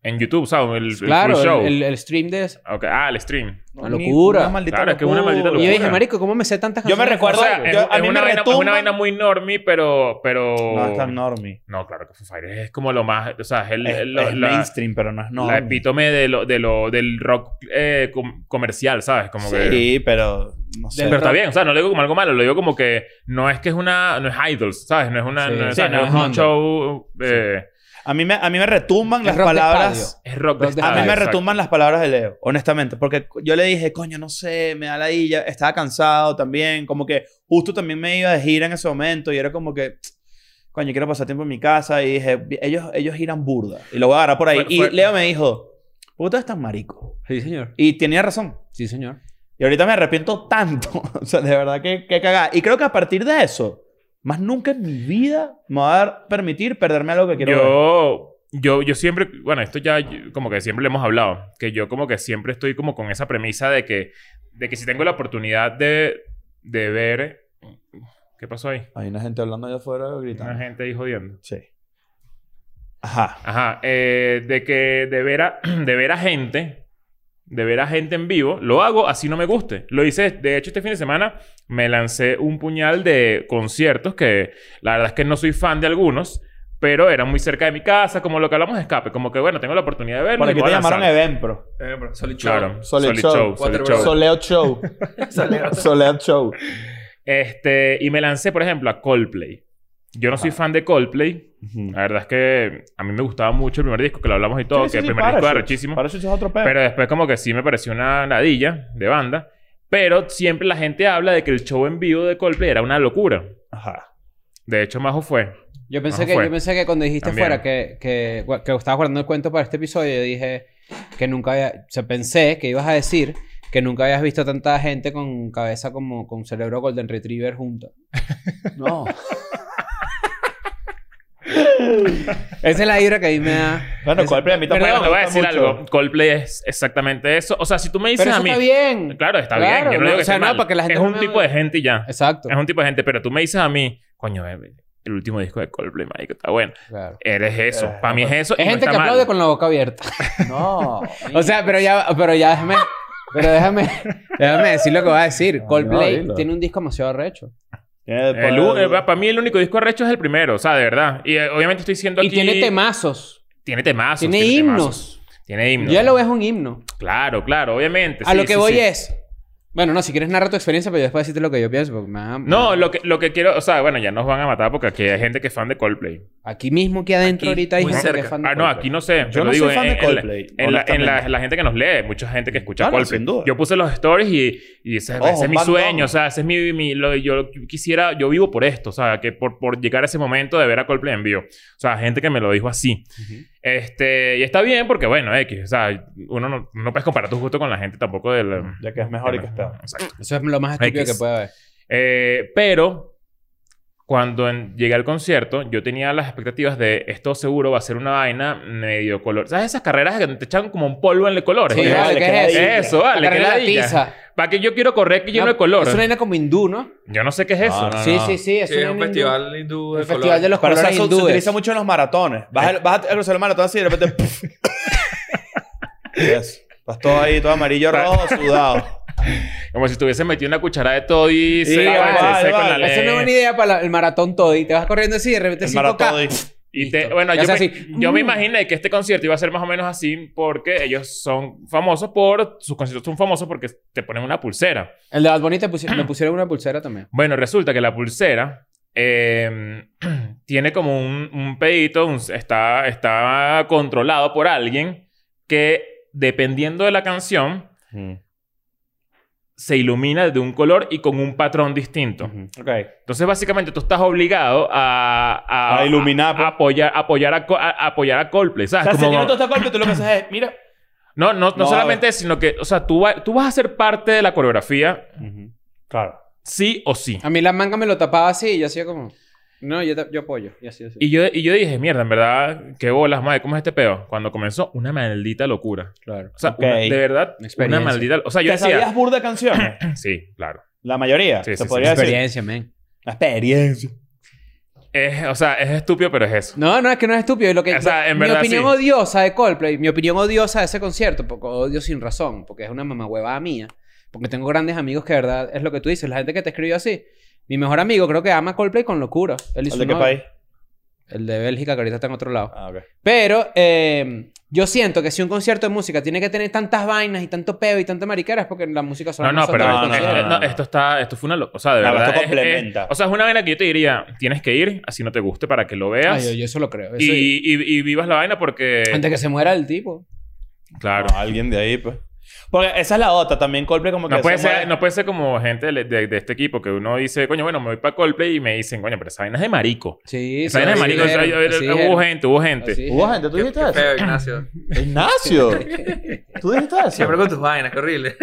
En YouTube, ¿sabes? Mm. El, el claro, full el- show. el, el stream de. eso. Ok. Ah, el stream. Una locura. Una maldita Claro, es que es una maldita Y yo locura. dije, Marico, ¿cómo me sé tantas Yo me canciones? de Foo recuerdo- O sea, Fighters?" es, yo- a es mí me una vaina, es retumba- una vaina muy normie, pero... pero... No es tan normie. No, claro que Foo Fighters es como lo más... O sea, es, el, Es, el- lo- es la, mainstream, pero no es la normie. epítome de lo, de lo, del rock eh, com- comercial, ¿sabes? Como sí, que... pero no sé. Pero está bien, o sea, no lo digo como algo malo, lo digo como que no es que es una, no es idols, ¿sabes? No es una, Sí. no, o Sí, sea, no no es es un Honda. show, eh, A mí me, a mí me retumban Es las rock de palabras. estadio. es rock de Rock de estadio, A mí me Ah, exacto. retumban las palabras de Leo, honestamente, porque yo le dije, coño, no sé, me da la illa, estaba cansado también, como que justo también me iba de gira en ese momento y era como que, coño, quiero pasar tiempo en mi casa y dije, ellos, ellos giran burda y lo voy a agarrar por ahí. Fue- y fue- Leo me dijo, ¿por qué tú eres tan marico? Sí, señor. Y tenía razón. Sí, señor. Y ahorita me arrepiento tanto, o sea, de verdad que, que cagada. Y creo que a partir de eso, más nunca en mi vida me va a dar- permitir perderme algo que quiero ver. Yo, yo, yo siempre, bueno, esto ya yo- como que siempre le hemos hablado, que yo como que siempre estoy como con esa premisa de que, de que si tengo la oportunidad de, de ver, ¿qué pasó ahí? Hay una gente hablando allá afuera Una gritando. gente ahí jodiendo. Sí. Ajá. Ajá, eh, de que de ver, a, de ver a gente, de ver a gente en vivo, lo hago así no me guste. Lo hice, de hecho, este fin de semana me lancé un puñal de conciertos que la verdad es que no soy fan de algunos, pero eran muy cerca de mi casa, como lo que hablamos de escape, como que bueno, tengo la oportunidad de verlo. Por y aquí voy te a llamaron lanzar. Eventpro. Eh, bro, Solid Show. Claro, Solid Solid, Show. Show, Solid Cuatro Show. Soleado Show. Solid. Soleado Show. Este, y me lancé, por ejemplo, a Coldplay. Yo no soy fan de Coldplay. La verdad es que a mí me gustaba mucho el primer disco, que lo hablamos y todo, que el primer disco era rechísimo. Para eso es otro pedo. Pero después como que sí me pareció una nadilla de banda. Pero siempre la gente habla de que el show en vivo de Coldplay era una locura. Ajá. De hecho, Majo fue. Yo pensé, Ajá, que, fue. yo pensé que cuando dijiste También. fuera que, que, que estabas guardando el cuento para este episodio, yo dije que nunca había... O sea, pensé que ibas a decir que nunca habías visto tanta gente con cabeza como con cerebro golden retriever junta. No. Esa es la vibra que a mí me da. Bueno, Es- Coldplay a mí tampoco Pero me te voy a gusta decir mucho. algo. Coldplay es exactamente eso. O sea, si tú me dices Pero eso a mí... está bien. Claro, está Claro, bien. Yo no, digo que o sea, esté no, mal. para que la gente es no un me- tipo de gente y ya. Exacto. Es un tipo de gente. Pero tú me dices a mí... Coño, eh, el último disco de Coldplay, marico, está bueno. Claro. Eres eso. Eh, Para mí es eso y Es no gente está que mal. aplaude con la boca abierta. No. O sea, pero ya, pero ya déjame... Pero déjame, déjame decir lo que voy a decir. No, Coldplay dilo. tiene un disco demasiado arrecho. El u- eh, para mí el único disco arrecho es el primero. O sea, de verdad. Y eh, obviamente estoy diciendo Y aquí... tiene temazos. Tiene temazos. Tiene temazos. himnos. Tiene himnos. Yo lo veo es un himno. Claro, claro, obviamente. A sí, lo que sí, voy sí. es. Bueno, no, si quieres narrar tu experiencia, pero yo después decirte lo que yo pienso. Porque me va- No, lo que, lo que quiero... O sea, bueno, ya nos van a matar porque aquí hay gente que es fan de Coldplay. Aquí mismo, aquí adentro, Aquí, ahorita hay muy gente cerca. que es fan de Ah, no, Coldplay. aquí no sé. Yo pero no digo, soy fan en- de en la- Coldplay, En la, en la- honestamente. la gente que nos lee, mucha gente que escucha No, no, Coldplay. sin duda. Yo puse los stories y, y ese, Ojo, ese es mi Van sueño. Damme. O sea, ese es mi... mi- lo- yo quisiera... Yo vivo por esto. O sea, que por, por llegar a ese momento de ver a Coldplay en vivo. O sea, gente que me lo dijo así. Ujú. Este... Y está bien porque, bueno, X. O sea, uno no, no puedes comparar tu gusto con la gente tampoco del... Ya que es mejor y que es peor. Exacto. Eso es lo más estúpido X. que puede haber. Eh, pero cuando en- llegué al concierto, yo tenía las expectativas de esto seguro va a ser una vaina medio color. ¿Sabes esas carreras que te echan como un polvo en de colores? Sí, Yo, vale, vale, ¿qué que es ladilla. eso? Eso, vale, que la ladilla. tiza. ¿Para que yo quiero correr que lleno de color? Es una vaina como hindú, ¿no? Ah, Yo no sé qué es eso. No, no, sí, no. sí, sí. Es, Sí, es una un vaina festival hindú hindú. El de festival de colores. los Pero colores eso se hindúes. utiliza mucho en los maratones. Vas, a- vas a cruzar el maratón así y de repente... ¡puf! Yes. Estás todo ahí, todo amarillo, rojo, sudado. Como si estuviese metido una cuchara de todo y Sí, se vale, se- se- vale, con la vale. Eso no es lengua. buena idea para la- el maratón Toddy. Te vas corriendo así y de repente El 5K. maratón. Y te- Listo. bueno, Ya yo me, sea así. yo me Mm. imaginé que este concierto iba a ser más o menos así porque ellos son famosos por... Sus conciertos son famosos porque te ponen una pulsera. El de Bad Bunny te pusi- le pusieron una pulsera también. Bueno, resulta que la pulsera eh, tiene como un, un pedito, un- está, está controlado por alguien que dependiendo de la canción se ilumina de un color y con un patrón distinto. Ujú. Ok. Entonces, básicamente, tú estás obligado a... A, A iluminar, pues, a- a apoyar, apoyar, a, Co- a- a apoyar a Coldplay, O ¿sabes? sea, si Ah, Como- tiene todo este golpe, tú lo que haces es, mira, no, no, no, No, solamente, sino que... O sea, tú, va- tú vas a ser parte de la coreografía Ujú. Claro. sí o sí. A mí la manga me lo tapaba así y yo hacía como... No, yo, ta- yo apoyo. Y así, así. Y yo, y yo dije, mierda, en verdad, qué bolas, madre, ¿cómo es este pedo? Cuando comenzó, una maldita locura. Claro. O sea, Ok. una- de verdad, Una experiencia. una maldita... O sea, yo ¿Te decía... sabías burda de canciones? Sí, claro. La mayoría. Sí, se sí, sí. podría decir. Experiencia, man. La experiencia. Es- o sea, es estúpido, pero es eso. No, no, es que no es estúpido. es Lo que, O sea, en mi verdad, opinión sí. odiosa de Coldplay, mi opinión odiosa de ese concierto, porque odio sin razón, porque es una mamahuevada mía, porque tengo grandes amigos que, de verdad, es lo que tú dices, la gente que te escribió así. Mi mejor amigo creo que ama Coldplay con locura. Él hizo ¿El de qué una- país? El de Bélgica, que ahorita está en otro lado. Ah, ok. Pero eh, yo siento que si un concierto de música tiene que tener tantas vainas y tanto peo y tantas mariqueras, porque la música No, solo no, pero no, no, eh, no, eh, no, no, no. esto está, esto fue una lo- O sea, de No, verdad. esto es- es- complementa. o sea, es una vaina que yo te diría, tienes que ir, así no te guste, para que lo veas. yo, yo eso lo creo. y, Eso- y- y vivas la vaina porque. Antes que se muera el tipo. Claro. No, alguien de ahí, pues. Porque esa es la otra. También Coldplay como que... No puede, se ser, mueve- no puede ser como gente de, de- de este equipo que uno dice, coño, bueno, me voy para Coldplay y me dicen, coño, pero esa vaina es de marico. Sí, Ah, Esa vaina es de marico. O sea, yo- eh, hubo gente, hubo gente. Hubo gente, ¿tú Qué, dijiste qué eso? feo, Ignacio. Ignacio. ¿Tú dijiste Siempre eso? con tus vainas, qué horrible.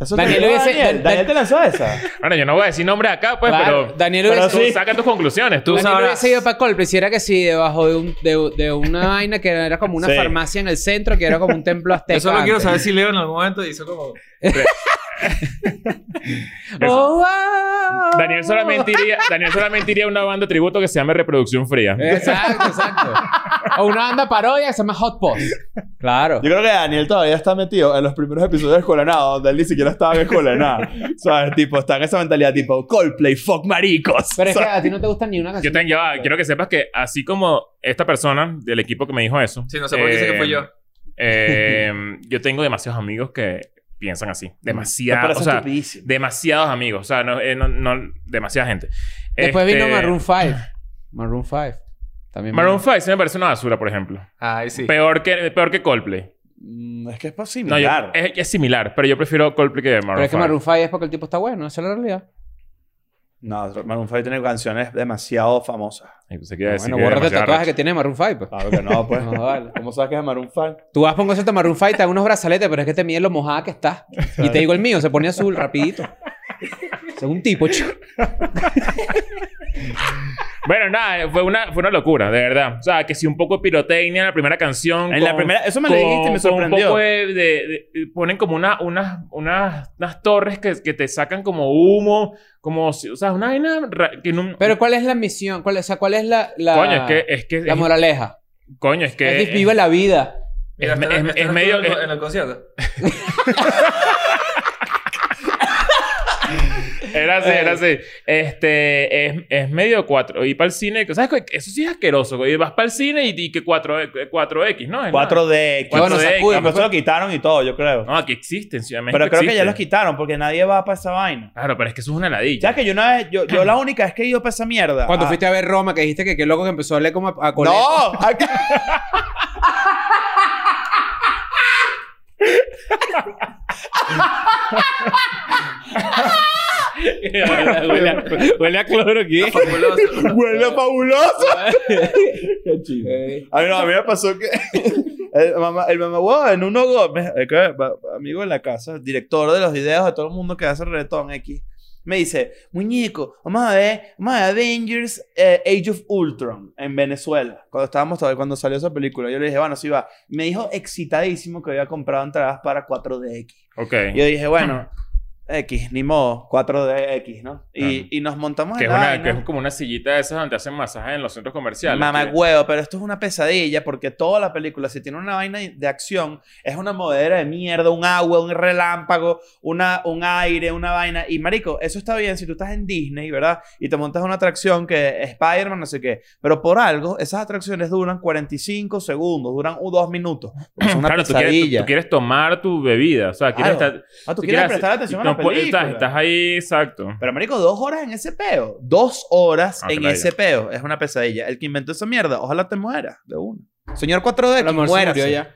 Eso te Daniel llegó hubiese- Daniel. Dan- Daniel te lanzó esa. Bueno, yo no voy a decir nombres acá, pues, pero. Daniel pero hubiese- tú sí. saca tus conclusiones. Tú Tú Daniel sabrás. hubiese ido para Coldplay si era que sí, debajo de, un, de, de una vaina que era como una Sí. farmacia en el centro, que era como un templo azteca. Yo solo quiero antes. saber si Leo en algún momento hizo como... Oh, wow. Daniel solamente iría, Daniel solamente iría a una banda de tributo que se llama Reproducción Fría. Eh, Exacto, exacto. O una banda parodia que se llama Hot Post. Claro. Yo creo que Daniel todavía está metido en los primeros episodios de Escuela de Nada, donde él ni siquiera estaba en Escuela de Nada. ¿Sabes? Tipo, está en esa mentalidad tipo Coldplay, fuck maricos. Pero es que ¿Sabes? a ti no te gusta ni una canción. Yo te llevaba, quiero que sepas que así como esta persona del equipo que me dijo eso. Sí, no sé por qué dice que fue yo. eh, yo tengo demasiados amigos que piensan Mm. así. Me Demasiados. parece O sea, estupidísimo. demasiados amigos. O sea, no, eh, no- no- demasiada gente. Después Este, vino Maroon 5. Maroon 5. También Maroon vino. 5 sí me parece una basura, por ejemplo. Ay, sí. Peor que, peor que Coldplay. Mm, es que es posible. No, yo- es, es similar, pero yo prefiero Coldplay que Maroon Pero es que 5. Maroon 5 es porque el tipo está bueno, esa es la realidad. No, Maroon 5 tiene canciones demasiado famosas. Ay, pensé que iba a decir bueno, que borra el demasiado tatuaje arrecho. que tiene Maroon 5. pues. Claro que no, pues. No, vale. ¿Cómo sabes que es de Maroon 5? Tú vas para un concierto de Maroon 5 y te dan unos brazaletes, pero es que te miden lo mojada que estás. Y te digo el mío, se pone azul rapidito. Es un tipo, chico. Bueno, nada, fue una, fue una locura, de verdad. O sea, que si un poco de pirotecnia en la primera canción. En la primera- eso me lo dijiste y me con sorprendió. Un poco de, de- de- ponen como una, unas, unas, unas torres que, que te sacan como humo, como. si- O sea, una vaina. ra- Que no, Pero ¿cuál es la misión? ¿Cuál, o sea, ¿cuál es la, la, coño, es que. Es que la es- moraleja? coño, es que. Es que vive la vida. Mira, es- estás- es- estás es tú medio- En, el- es- en el concierto. Era así, Eh. era así. Este, es, es medio 4. Y para el cine, que- ¿sabes? qué? Eso sí es asqueroso. güey. Vas para el cine y, y que 4, 4X, ¿no? Es 4D. Bueno, Bueno, sacude, Después se pues. lo quitaron y todo, yo creo. nada. No, aquí existen. en Ciudad de México Pero creo que ya existen. los quitaron porque nadie va para esa vaina. Claro, pero es que eso es una ladilla. Ya que yo una vez, yo, yo la única vez que he ido para esa mierda. Cuando Ah, fuiste a ver Roma, que dijiste que qué loco que empezó a hablar como a, a Coleto. ¡No! Aquí- huele, a, huele a cloro aquí. Fabuloso. ¡Huele fabuloso! ¡Qué chido! Ay, no, a mí me pasó que el mamá, el mamá huevo de Nuno Gómez, el que- va- amigo de la casa, director de los videos de todo el mundo que hace reggaetón X, me dice, muñeco, vamos a ver, vamos a ver Avengers eh, Age of Ultron en Venezuela. Cuando estábamos todavía, cuando salió esa película, yo le dije, bueno, sí va. Me dijo excitadísimo que había comprado entradas para 4DX. Ok. Yo dije, bueno, X, ni modo, 4DX, ¿no? Y, Ajá. y nos montamos Que es, en la una, vaina. que es como una sillita de esas donde hacen masajes en los centros comerciales. Mamá que- huevo, pero esto es una pesadilla porque toda la película, si tiene una vaina de acción, es una modera de mierda, un agua, un relámpago, una, un aire, una vaina. Y marico, eso está bien si tú estás en Disney, ¿verdad? Y te montas una atracción que es Spider-Man, no sé qué. Pero por algo, esas atracciones duran 45 segundos, duran un- dos minutos. porque Es una Claro, tú quieres, tú- pesadilla. tú quieres tomar tu bebida. O sea, quieres Claro. estar- Ah, tú tú quieres quieres- prestar atención a no la puedes- película. estás, estás ahí, exacto. Pero, marico, dos horas en ese peo. Dos horas Ah, en claro. ese peo. Es una pesadilla. El que inventó esa mierda, ojalá te mueras de una. Señor 4D, A lo que mejor se murió muérase. ya.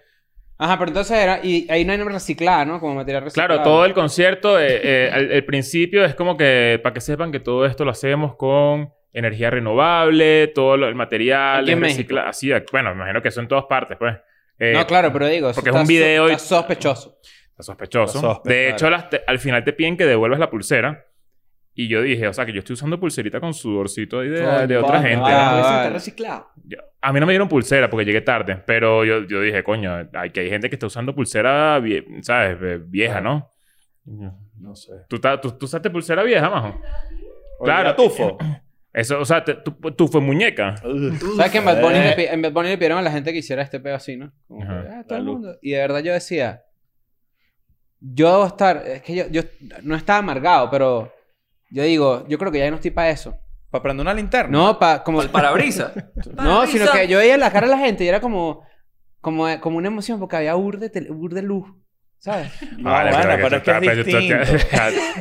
Ajá, pero entonces era... Y ahí no hay reciclada, ¿no? Como material reciclado. Claro, todo el concierto, eh, eh, al- el principio es como que para que sepan que todo esto lo hacemos con energía renovable, todo lo- el material, Aquí en es México. recicla- así, eh, bueno, me imagino que eso en todas partes, pues. Eh, No, claro, pero digo... eso porque es un está video so- y- Está sospechoso. está sospechoso. Está sospe- de hecho, las te- al final te piden que devuelvas la pulsera. Y yo dije, o sea, que yo estoy usando pulserita con sudorcito ahí de, Coño, de otra vale, gente. vale. Ah, está vale. reciclado. Yo- a mí no me dieron pulsera porque llegué tarde, pero yo, yo dije, coño, hay, que hay gente que está usando pulsera, vie- ¿sabes? Eh, Vieja, ¿no? No sé. ¿Tú, ta- tú, tú usaste pulsera vieja, majo? Claro. Tufo. Eso, o sea, te- tú, tú fue muñeca. ¿Sabes que en Bad, Bunny Eh. le, pi- en Bad Bunny le pidieron a la gente que hiciera este pedo así, ¿no? Como que, Ajá. ah, todo el La luz. mundo. Y de verdad yo decía... Yo debo estar... Es que yo, yo no estaba amargado, pero... Yo digo, yo creo que ya no estoy para eso. Para prender una linterna. No, pa, como... Al parabrisas. No, sino Parabrisas. que yo veía la cara de la gente y era como... Como, como una emoción porque había urde, urde luz. ¿Sabes? No, Ah, bueno, pero es que es distinto.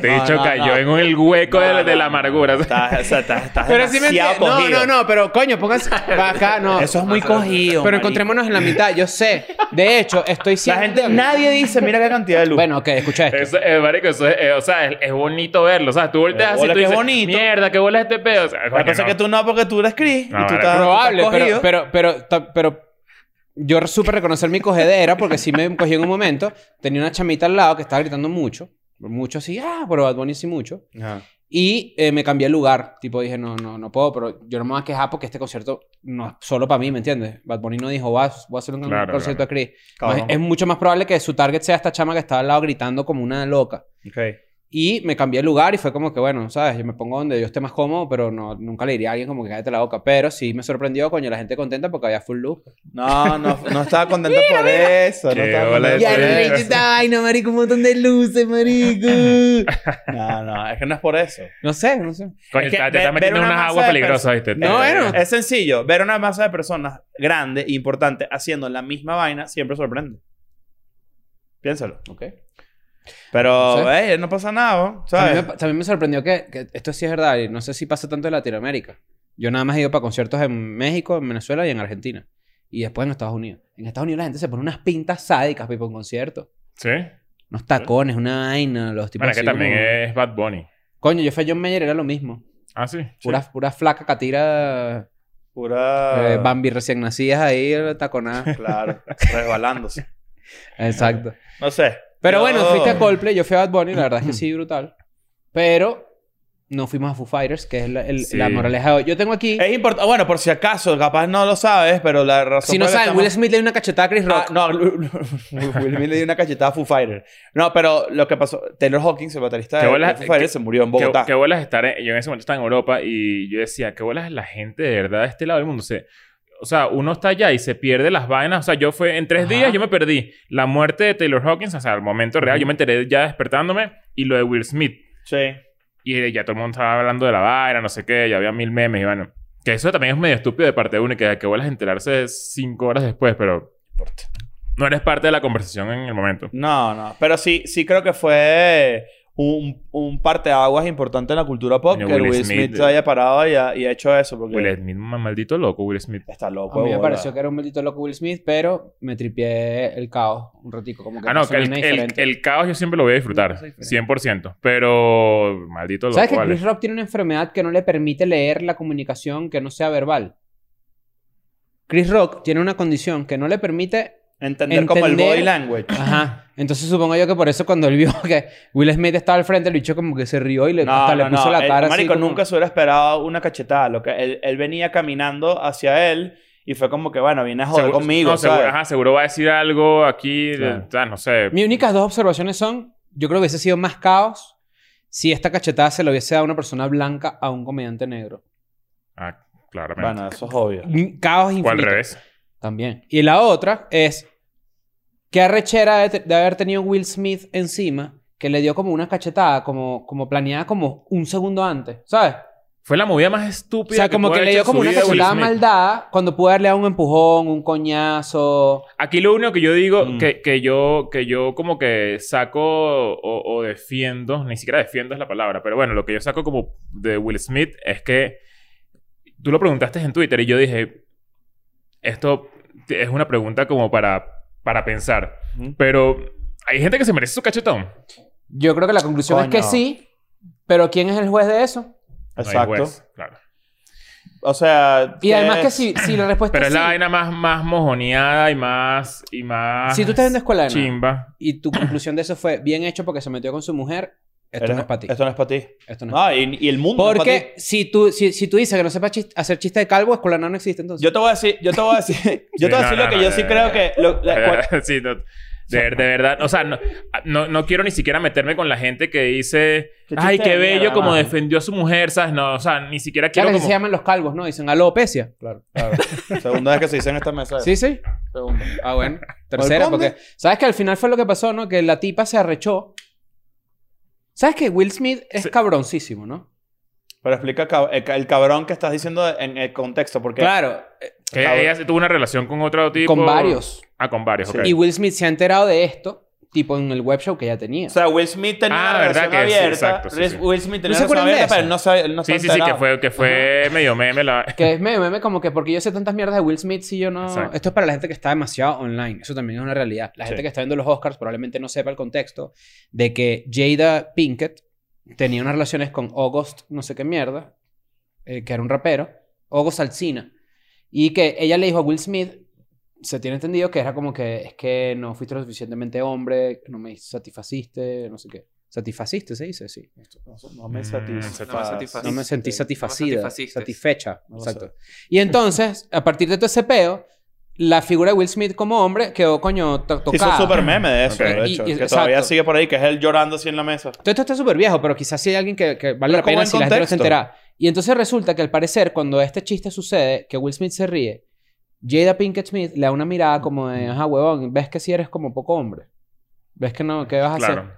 Te he No, dicho, no, cayó no. en el hueco No, de, la- no, de la no. amargura. Estás, o sea, estás, estás Pero sí me demasiado entiendes. No, cogido. no, no, pero coño, pónganse para acá, no. Eso es muy No, no, no. cogido. pero marico. encontrémonos en la mitad, yo sé. De hecho, estoy La siendo... gente, nadie dice, mira qué cantidad de luz. Bueno, ok, escucha esto. Eso, eh, marico, eso es, eh, o sea, es, es bonito verlo. O sea, tú volteas Eh, así bola tú que es dices, bonito. mierda, qué bola es este pedo. O sea, la coño, cosa es que no. tú no, porque tú eres Chris. No, y tú vale, estás, Probable, tú estás pero, cogido. pero, pero, ta- pero yo supe reconocer mi cogedera porque sí me cogí en un momento. Tenía una chamita al lado que estaba gritando mucho. Mucho así, ah, pero Bad Bunny sí mucho. Ajá. Y eh, me cambié el lugar. Tipo, dije, no, no, no puedo, pero yo no me voy a quejar porque este concierto no es solo para mí, ¿me entiendes? Bad Bunny no dijo, voy a, voy a hacer un Claro, concierto a Chris. Más- Cabrón. es mucho más probable que su target sea esta chama que estaba al lado gritando como una loca. Ok. Y me cambié el lugar y fue como que, bueno, ¿sabes? Yo me pongo donde yo esté más cómodo, pero no, nunca le diría a alguien como que cállate la boca. Pero sí me sorprendió, coño, la gente contenta porque había full look. No, no, no estaba contenta por eso. No Qué estaba bola de contenta por tres. eso. ay, no, marico, un montón de luces, marico. No, no, es que no es por eso. No sé, no sé. Coño, es que te, te ver- estás metiendo ver en una unas masa aguas de peligrosas, ¿viste? No, Te- bueno. Eh, Es sencillo, ver una masa de personas grande e importante haciendo la misma vaina siempre sorprende. Piénsalo. Ok. Pero, No no, no pasa nada, ¿no? También me, ¿sabes? pa- también me sorprendió que, que esto sí es verdad y no sé si pasa tanto en Latinoamérica. Yo nada más he ido para conciertos en México, en Venezuela y en Argentina. Y después en Estados Unidos. En Estados Unidos la gente se pone unas pintas sádicas para ir para un concierto. Sí. Unos tacones, una vaina, los tipos Bueno, es que así también como- es Bad Bunny. Coño, yo fui a John Mayer, era lo mismo. Ah, sí. Pura, pura flaca catira Pura. Ah. eh, Bambi recién nacidas ahí, eh, taconada. Claro, resbalándose. Exacto. No sé. Pero Yo- bueno, fuiste a Coldplay, yo fui a Bad Bunny, la verdad es que sí, brutal. Pero no fuimos a Foo Fighters, que es la, el- Sí. la moraleja de hoy. Yo tengo aquí... Es importante. Bueno, por si acaso, capaz no lo sabes, pero la razón. Si no por la que saben, Will Smith le dio una cachetada a Chris Rock. Ah, no, Will Smith le dio una cachetada a Foo Fighter. No, pero lo que pasó, Taylor Hawkins, el baterista ¿Qué de bolas- Foo Fighter, qué- se murió en ¿Qué, Bogotá. qué bolas estar en- Yo en ese momento estaba en Europa y yo decía, qué bolas la gente de verdad de este lado del mundo. Se, o sea, uno está allá y se pierde las vainas. O sea, yo fue... En tres Ajá. días yo me perdí la muerte de Taylor Hawkins. O sea, al momento real. Yo me enteré ya despertándome. Y lo de Will Smith. Sí. Y eh, ya todo el mundo estaba hablando de la vaina, no sé qué. Ya había mil memes y bueno... Que eso también es medio estúpido de parte de uno. y Que, que bolas enterarse cinco horas después. Pero no eres parte de la conversación en el momento. No, no. Pero sí, sí creo que fue un, un parteaguas importante en la cultura pop Coño, que Will Will Smith. eh. Smith, se haya parado y ha, y ha hecho eso. Porque Will Smith, un maldito loco Will Smith. está loco. A mí me bola. pareció que era un maldito loco Will Smith, pero me tripié el caos un ratico. Como que Ah, no, pasó que el, una el- diferente. el caos yo siempre lo voy a disfrutar. 100%. Pero, maldito loco, ¿Sabes que vale. Chris Rock tiene una enfermedad que no le permite leer la comunicación que no sea verbal? Chris Rock tiene una condición que no le permite... Entender, como el Entender- body language. Ajá. Entonces supongo yo que por eso cuando él vio que Will Smith estaba al frente, el bicho como que se rió y le, No, hasta no, le puso no. la El- cara así marico, como- nunca se hubiera esperado una cachetada. Lo que él, él venía caminando hacia él y fue como que, bueno, viene a joder Seguro- conmigo, no, ¿sabes? seguro, ajá, seguro va a decir algo aquí. de- Claro. ah, no sé. Mis únicas dos observaciones son, yo creo que hubiese sido más caos si esta cachetada se la hubiese dado una persona blanca a un comediante negro. Ah, claramente. Bueno, eso es obvio. Mm, Caos o infinito. al revés. También. Y la otra es qué arrechera de, te- de haber tenido Will Smith encima que le dio como una cachetada, como, como planeada como un segundo antes, ¿sabes? Fue la movida más O estúpida. sea, como pudo que haber le hecho dio en su como una vida Will cachetada Smith. maldada cuando pudo haberle dado un empujón, un coñazo. Aquí lo único que yo digo, Mm. que, que yo, que yo como que saco o, o defiendo, ni siquiera defiendo es la palabra, pero bueno, lo que yo saco como de Will Smith es que tú lo preguntaste en Twitter y yo dije, esto es una pregunta como para, para pensar, Ujú. pero hay gente que se merece su cachetón. Yo creo que la conclusión es que Coño. sí, pero ¿quién es el juez de eso? No hay Exacto. juez, claro. O sea. Y además que es- si, si la respuesta Pero es es la sí, vaina más, más mojoneada y más... Y más si tú estás en la escuela de nada Chimba. y tu conclusión de eso fue bien hecho porque se metió con su mujer, esto eres- no es para ti. Esto no es para ti. Esto no es No, y, y el mundo. no es pa' ti. Porque si tú, si, si tú dices que no sepas chis- hacer chiste de calvo, escuela no existe entonces. Yo te voy a decir, yo te voy a decir, yo te voy a Sí, decir no, lo que no, yo no, sí no, creo no. que. lo- la- cua- Sí, no, de, ver- de verdad, o sea, no, no, no quiero ni siquiera meterme con la gente que dice, Qué chiste ay, qué de bello mierda, como mano". defendió a su mujer, ¿sabes? No, o sea, ni siquiera quiero claro, que como... se llaman los calvos, ¿no? Dicen alopecia. Claro. Segunda vez que se dice en esta mesa. Sí, sí. Segunda. Ah, bueno. Tercera, conde? porque... ¿Sabes que al final fue lo que pasó, no? Que la tipa se arrechó. ¿Sabes que Will Smith es Sí. cabroncísimo, no? Pero explica cab- el, ca- el cabrón que estás diciendo en el contexto, porque. Claro. eh, Que ella se tuvo una relación con otro tipo. Con varios. Ah, con varios, Sí. ok. Y Will Smith se ha enterado de esto, tipo en el web show que ya tenía. O sea, Will Smith tenía Ah, una ¿verdad relación que sí? abierta. Exacto, sí, Will- sí. Will Smith tenía se una relación acuerdan de abierta, eso? pero él no sabe. él No sí, está sí, sí, que enterado. fue, que fue medio meme la... Que es medio meme como que porque yo sé tantas mierdas de Will Smith si yo no... Exacto. Esto es para la gente que está demasiado online. Eso también es una realidad. La gente Sí. que está viendo los Oscars probablemente no sepa el contexto de que Jada Pinkett tenía unas relaciones con August no sé qué mierda, eh, que era un rapero, August Alsina. Y que ella le dijo a Will Smith, se tiene entendido que era como que es que no fuiste lo suficientemente hombre, que no me satisfaciste, no sé qué. ¿Satisfaciste se dice? Sí. No me Mm, satisface. no me satisface. No me sentí No satisfacida, satisfaciste. satisfecha. No lo Exacto. Y entonces, a partir de todo ese peo, la figura de Will Smith como hombre quedó, coño, to- tocada. Hizo un super meme de eso, Ok. de Y- hecho. y- que exacto. todavía sigue por ahí, que es él llorando así en la mesa. Todo esto está súper viejo, pero quizás sí hay alguien que, que Pero vale la como pena en si la gente no contexto. se entera. Y entonces resulta que al parecer, cuando este chiste sucede, que Will Smith se ríe, Jada Pinkett Smith le da una mirada como de, ajá, huevón, ves que si eres como poco hombre. ¿Ves que no? ¿Qué vas a hacer? Claro.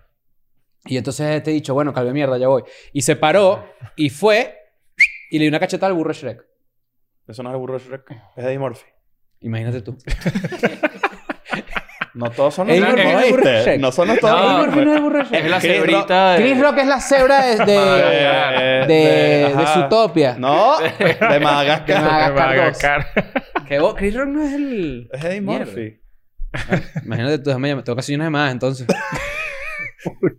Y entonces te he dicho, bueno, calve mierda, ya voy. Y se paró y fue y le dio una cachetada al burro Shrek. Eso no es el burro de Shrek. Es Eddie Murphy. Imagínate tú. No todos son Eddie los Murphy no mismos, es el burro de ¿oíste? Shrek. No son los No, Eddie todos. Murphy no es el burro de Shrek. Es la Chris Rock- cebrita de... Chris Rock es la cebra de, de, Eh, de, de, ajá. Zootopia. No, de Madagascar. De Madagascar. Madagascar. dos. Que vos- Chris Rock no es el. Es Eddie Mierda. Murphy. Imagínate tú, déjame llamar. Tengo que hacer unas llamadas entonces.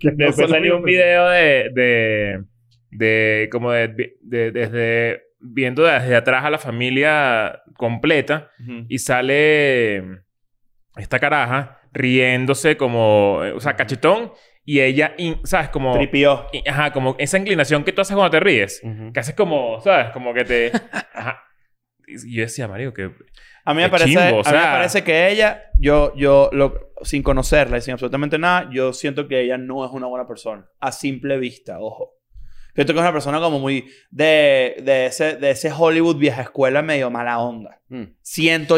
Después salió un video de... de, de como de, de- desde... Viendo desde atrás a la familia completa. Ujú. y sale mm, esta caraja riéndose como, eh, o sea, cachetón y ella, in- ¿sabes? Como, Tripió. in- ajá, como esa inclinación que tú haces cuando te ríes, que haces como, ¿sabes? Como que te, ajá. Y yo decía, marico, que A mí me Qué parece, chimbo, o a mí me sea. parece que ella, yo, yo lo- sin conocerla y sin absolutamente nada, yo siento que ella no es una buena persona. A simple vista, ojo. Siento que es una persona como muy de, de, ese, de ese Hollywood vieja escuela medio mala onda. Mm. Siento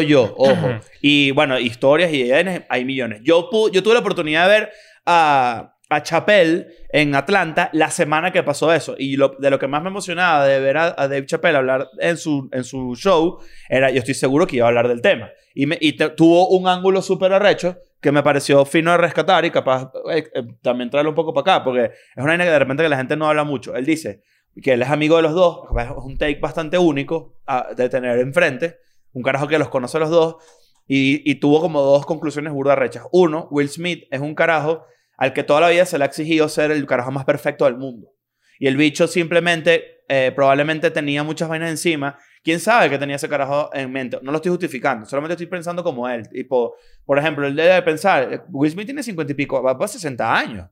yo, ojo. y bueno, historias y ideas hay millones. Yo, pu- yo tuve la oportunidad de ver a, a Chappelle en Atlanta la semana que pasó eso. Y lo- de lo que más me emocionaba de ver a, a Dave Chappelle hablar en su, en su show era, yo estoy seguro que iba a hablar del tema. Y, me, y te- tuvo un ángulo súper arrecho que me pareció fino de rescatar y capaz eh, eh, también traerlo un poco para acá, porque es una vaina que de repente que la gente no habla mucho. Él dice que él es amigo de los dos, capaz es un take bastante único ah, de tener enfrente, un carajo que los conoce a los dos, y, y tuvo como dos conclusiones burda rechas. Uno, Will Smith es un carajo al que toda la vida se le ha exigido ser el carajo más perfecto del mundo. Y el bicho simplemente, eh, probablemente tenía muchas vainas encima. ¿Quién sabe que tenía ese carajo en mente? No lo estoy justificando, solamente estoy pensando como él. Tipo, por ejemplo, él debe pensar, eh, Will Smith tiene 50 y pico, va para 60 años.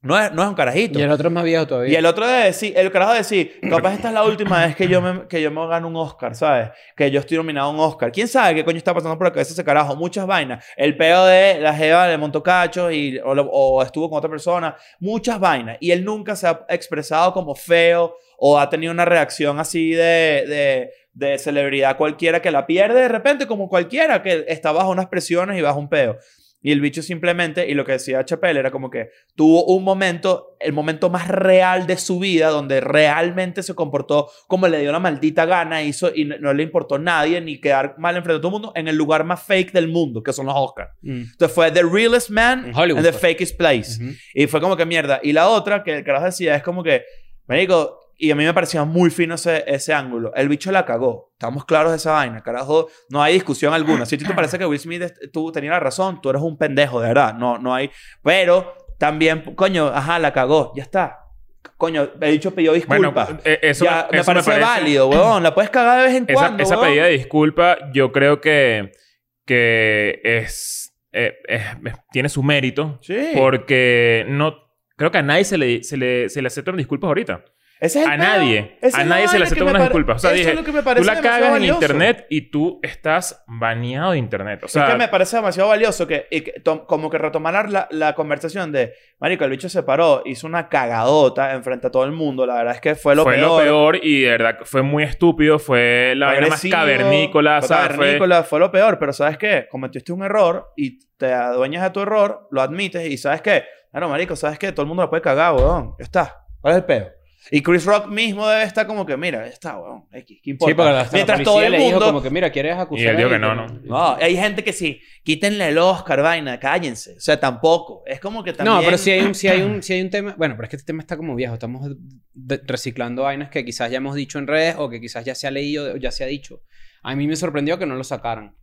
No es, no es un carajito. Y el otro es más viejo todavía. Y el otro de decir, el carajo de decir, capaz esta es la última vez que yo, me, que yo me gano un Oscar, ¿sabes? Que yo estoy nominado a un Oscar. ¿Quién sabe qué coño está pasando por la cabeza ese carajo? Muchas vainas. El peo de la jeva de Montocacho y, o, lo- o estuvo con otra persona. Muchas vainas. Y él nunca se ha expresado como feo o ha tenido una reacción así de, de, de celebridad cualquiera que la pierde de repente, como cualquiera que está bajo unas presiones y bajo un peo. Y el bicho simplemente, y lo que decía Chapelle era como que tuvo un momento, el momento más real de su vida, donde realmente se comportó como le dio la maldita gana, hizo y no, no le importó a nadie ni quedar mal enfrente de todo el mundo en el lugar más fake del mundo, que son los Oscars. Mm. Entonces fue The Realest Man En Hollywood, and The pues. Fakest Place. Ujú. Y fue como que mierda. Y la otra que el carajo decía es como que, marico, y a mí me parecía muy fino ese, ese ángulo. El bicho la cagó. Estamos claros de esa vaina, carajo. No hay discusión alguna. Si a ti te parece que Will Smith es- tú tenías la razón, tú eres un pendejo, de verdad. No, no hay. Pero también, coño, ajá, la cagó. Ya está. Coño, el bicho pidió Bueno, disculpas. eh, eso, Ya, eso me, parece válido, weón. La puedes cagar de vez en Esa, cuando. esa weón. pedida de disculpa, yo creo que, que es, eh, es- es- tiene su mérito. Sí. Porque no... Creo que a nadie se le, se le, se le aceptan disculpas ahorita. Ese es el a pedo. nadie. Esa A es la nadie se le vaina aceptan que me unas pare- disculpas. O sea, eso dije, es lo que me parece Tú la demasiado cagas en valioso. internet y tú estás baneado de internet. O sea, es que me parece demasiado valioso que, y que tom- como que retomar la, la conversación de, marico, el bicho se paró, hizo una cagadota enfrente a todo el mundo. La verdad es que fue lo fue peor. lo peor y de verdad que fue muy estúpido. Fue la Fue vaina más agresivo, cavernícola. Fue ¿sabes? Fue- cavernícola, fue lo peor. Pero ¿sabes qué? Cometiste un error y te adueñas de tu error, lo admites y ¿sabes qué? Claro, marico, ¿sabes qué? Todo el mundo la puede cagar, weón. Ya está. ¿Cuál es el peo? Y Chris Rock mismo debe estar como que, mira, ya está, weón. X, ¿qué importa? Sí, porque hasta Mientras la todo policía el le dijo mundo... como que, mira, ¿quieres acusar Y él dijo a que no, alguien?" no. No, hay gente que sí, quítenle el Oscar, vaina, cállense. O sea, tampoco. Es como que también. No, pero sí hay, un, sí hay un, sí hay un tema. Bueno, pero es que este tema está como viejo. Estamos de- reciclando vainas que quizás ya hemos dicho en redes o que quizás ya se ha leído o ya se ha dicho. A mí me sorprendió que no lo sacaran.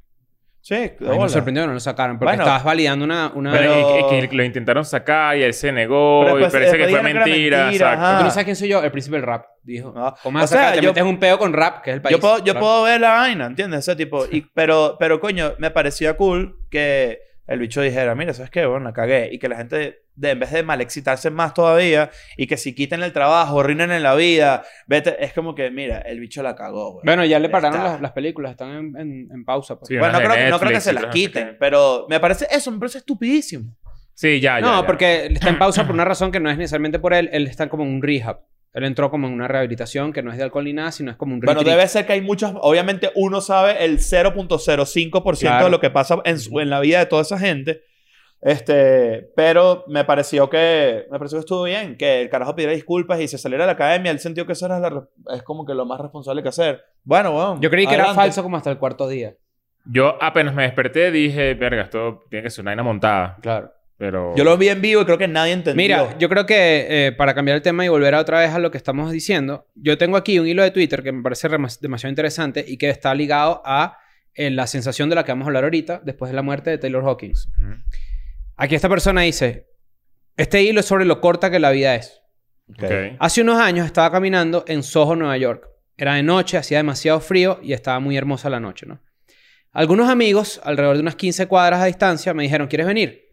Sí, de A mí me bola. sorprendió que no lo sacaran porque Bueno. estabas validando una. una... Pero, Pero- y- y que lo intentaron sacar y él se negó Pero después- y parece que después fue dijeron que era mentira. mentira, exacto. ajá. Tú no sabes quién soy yo, el príncipe del rap, dijo. Ah, O más o sea, acá, te yo- metes un peo con rap, que es el país. Yo puedo, yo Claro. puedo ver la vaina, ¿entiendes? Ese tipo. Y, pero, pero, coño, me parecía cool que el bicho dijera, mira, ¿sabes qué? Bueno, la cagué. Y que la gente, de, en vez de malexcitarse más todavía, y que si quiten el trabajo, rinden en la vida, vete. Es como que, mira, el bicho la cagó, güey. Bueno, ya le Ya pararon está. las, las películas, están en, en- en pausa. pues. Sí, Bueno, unas no de creo, que- no creo que Netflix se y las otras, no sé quiten, qué. pero me parece eso, me parece estupidísimo. Sí, ya, ya. no, ya. porque está en pausa por una razón que no es necesariamente por él. Él está como en un rehab. Él entró como en una rehabilitación que no es de alcohol ni nada, sino es como un Bueno, retreat. debe ser que hay muchas. Obviamente, uno sabe el 0.05% Claro. de lo que pasa en, su- en la vida de toda esa gente. Este, pero me pareció que me pareció que estuvo bien que el carajo pidiera disculpas y se saliera de la academia. El sentido que eso era la re- es como que lo más responsable que hacer. Bueno, bueno. Yo creí que era adelante. falso como hasta el cuarto día. Yo apenas me desperté dije, verga, esto tiene que ser una vaina montada. Claro. Pero. Yo lo vi en vivo y creo que nadie entendió. Mira, yo creo que eh, para cambiar el tema y volver a otra vez a lo que estamos diciendo, yo tengo aquí un hilo de Twitter que me parece remas- demasiado interesante y que está ligado a eh, la sensación de la que vamos a hablar ahorita después de la muerte de Taylor Hawkins. Ujú. Aquí esta persona dice, este hilo es sobre lo corta que la vida es. Ok. Ok. Hace unos años estaba caminando en Soho, Nueva York. Era de noche, hacía demasiado frío y estaba muy hermosa la noche, ¿no? Algunos amigos, alrededor de unas 15 cuadras a distancia, me dijeron, ¿quieres venir?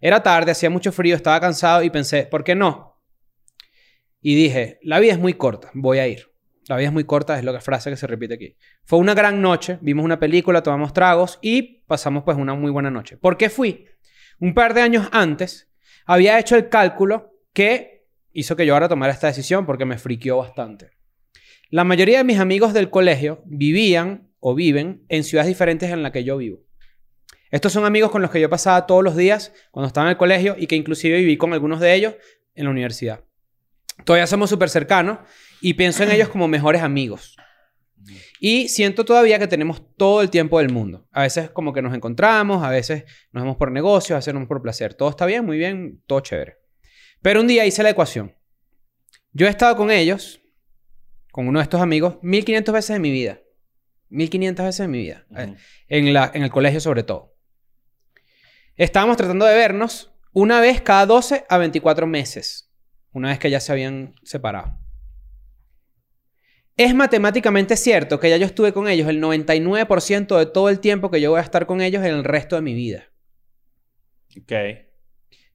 Era tarde, hacía mucho frío, estaba cansado y pensé, ¿por qué no? Y dije, la vida es muy corta, voy a ir. La vida es muy corta, es la frase que se repite aquí. Fue una gran noche, vimos una película, tomamos tragos y pasamos pues una muy buena noche. ¿Por qué fui? Un par de años antes había hecho el cálculo que hizo que yo ahora tomara esta decisión porque me friqueó bastante. La mayoría de mis amigos del colegio vivían o viven en ciudades diferentes en las que yo vivo. Estos son amigos con los que yo pasaba todos los días cuando estaba en el colegio y que inclusive viví con algunos de ellos en la universidad. Todavía somos súper cercanos y pienso en ellos como mejores amigos. Y siento todavía que tenemos todo el tiempo del mundo. A veces como que nos encontramos, a veces nos vemos por negocios, a veces nos vemos por placer. Todo está bien, muy bien, todo chévere. Pero un día hice la ecuación. Yo he estado con ellos, con uno de estos amigos, 1500 veces en mi vida. 1500 veces en mi vida. Ujú. Eh, en, la, en el colegio sobre todo. Estábamos tratando de vernos una vez cada 12 a 24 meses. Una vez que ya se habían separado. Es matemáticamente cierto que ya yo estuve con ellos el 99% de todo el tiempo que yo voy a estar con ellos en el resto de mi vida. Ok.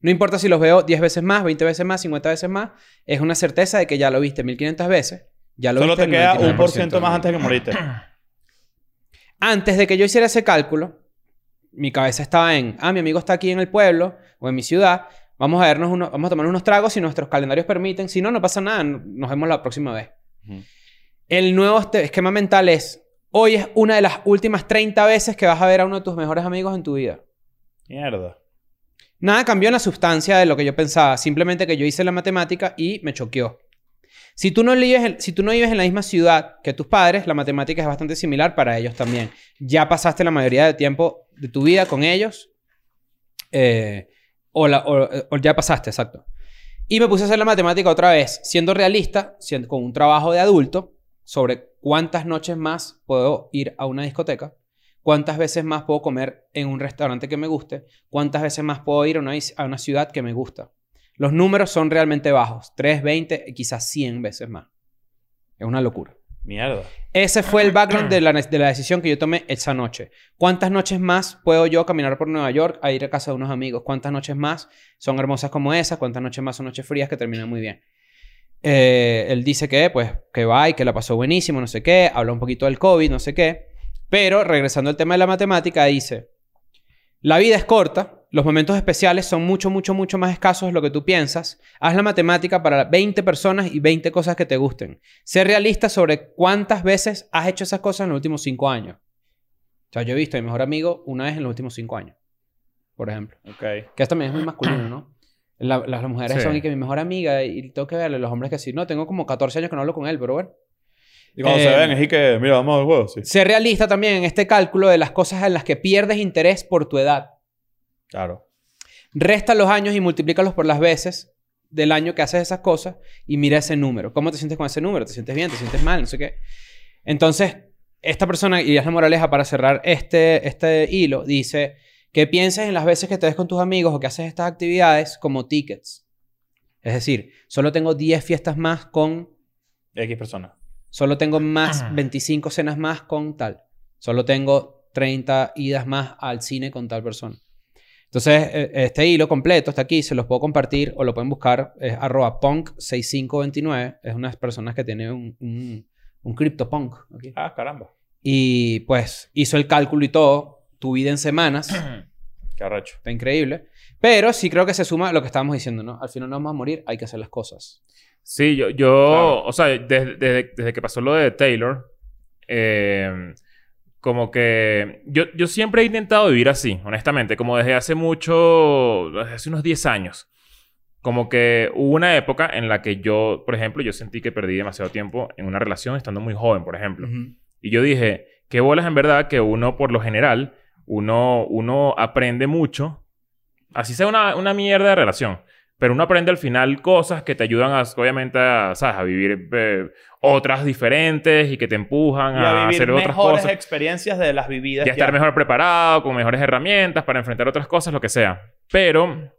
No importa si los veo 10 veces más, 20 veces más, 50 veces más, es una certeza de que ya lo viste 1500 veces. Ya lo Solo viste te queda un 99% por ciento más del antes de que moriste. antes de que yo hiciera ese cálculo, mi cabeza estaba en, ah, mi amigo está aquí en el pueblo o en mi ciudad, vamos a vernos uno- vamos a tomar unos tragos si nuestros calendarios permiten, si no no pasa nada, n- nos vemos la próxima vez. Ujú. El nuevo este- esquema mental es, hoy es una de las últimas 30 veces que vas a ver a uno de tus mejores amigos en tu vida. Mierda. Nada cambió en la sustancia de lo que yo pensaba, simplemente que yo hice la matemática y me choqueó. Si tú, no vives en, si tú no vives en la misma ciudad que tus padres, la matemática es bastante similar para ellos también. Ya pasaste la mayoría del tiempo de tu vida con ellos. eh, o, la- o- o ya pasaste, exacto. Y me puse a hacer la matemática otra vez, siendo realista, siendo- con un trabajo de adulto, sobre cuántas noches más puedo ir a una discoteca, cuántas veces más puedo comer en un restaurante que me guste, cuántas veces más puedo ir a una, is- a una ciudad que me gusta. Los números son realmente bajos, 3, 20, y quizás 100 veces más. Es una locura. Mierda. Ese fue el background de la, ne- de la decisión que yo tomé esa noche. ¿Cuántas noches más puedo yo caminar por Nueva York a ir a casa de unos amigos? ¿Cuántas noches más son hermosas como esas? ¿Cuántas noches más son noches frías que terminan muy bien? Eh, él dice que, pues, que va y que la pasó buenísimo, no sé qué. Habla un poquito del COVID, no sé qué. Pero, regresando al tema de la matemática, dice... La vida es corta. Los momentos especiales son mucho, mucho, mucho más escasos de lo que tú piensas. Haz la matemática para 20 personas y 20 cosas que te gusten. Ser realista sobre cuántas veces has hecho esas cosas en los últimos cinco años. O sea, yo he visto a mi mejor amigo una vez en los últimos cinco años, por ejemplo. Ok. Que esto también es muy masculino, ¿no? La- las, las mujeres Sí. son y que mi mejor amiga y tengo que verle. Los hombres que sí, no, tengo como 14 años que no hablo con él, pero bueno. Y cuando Eh, se ven, es y que, mira, vamos al juego. Sí. Ser realista también en este cálculo de las cosas en las que pierdes interés por tu edad. Claro. Resta los años y multiplícalos por las veces del año que haces esas cosas y mira ese número. ¿Cómo te sientes con ese número? ¿Te sientes bien? ¿Te sientes mal? No sé qué. Entonces, esta persona, y es la moraleja para cerrar este, este hilo, dice que pienses en las veces que te ves con tus amigos o que haces estas actividades como tickets. Es decir, solo tengo 10 fiestas más con X persona. Solo tengo más Ah. 25 cenas más con tal. Solo tengo 30 idas más al cine con tal persona. Entonces, eh, este hilo completo está aquí, se los puedo compartir o lo pueden buscar. Es arroba punk6529. Es unas personas que tiene un, un, un CryptoPunk. aquí. Ah, caramba. Y pues hizo el cálculo y todo. Tu vida en semanas. Qué arrecho. está increíble. Pero sí creo que se suma lo que estábamos diciendo, ¿no? Al final no vamos a morir, hay que hacer las cosas. Sí, yo, yo Claro. o sea, desde, desde- desde que pasó lo de Taylor, eh, como que yo, yo siempre he intentado vivir así, honestamente, como desde hace mucho, desde hace unos 10 años. Como que hubo una época en la que yo, por ejemplo, yo sentí que perdí demasiado tiempo en una relación estando muy joven, por ejemplo. Y yo dije, qué bolas en verdad que uno, por lo general, uno, uno aprende mucho. Así sea una, una mierda de relación. Pero uno aprende al final cosas que te ayudan, a, obviamente, a, ¿sabes? a vivir eh, otras diferentes y que te empujan Y a, a vivir hacer otras mejores cosas. experiencias de las vividas. Y a estar mejor preparado, con mejores herramientas para enfrentar otras cosas, lo que sea. Pero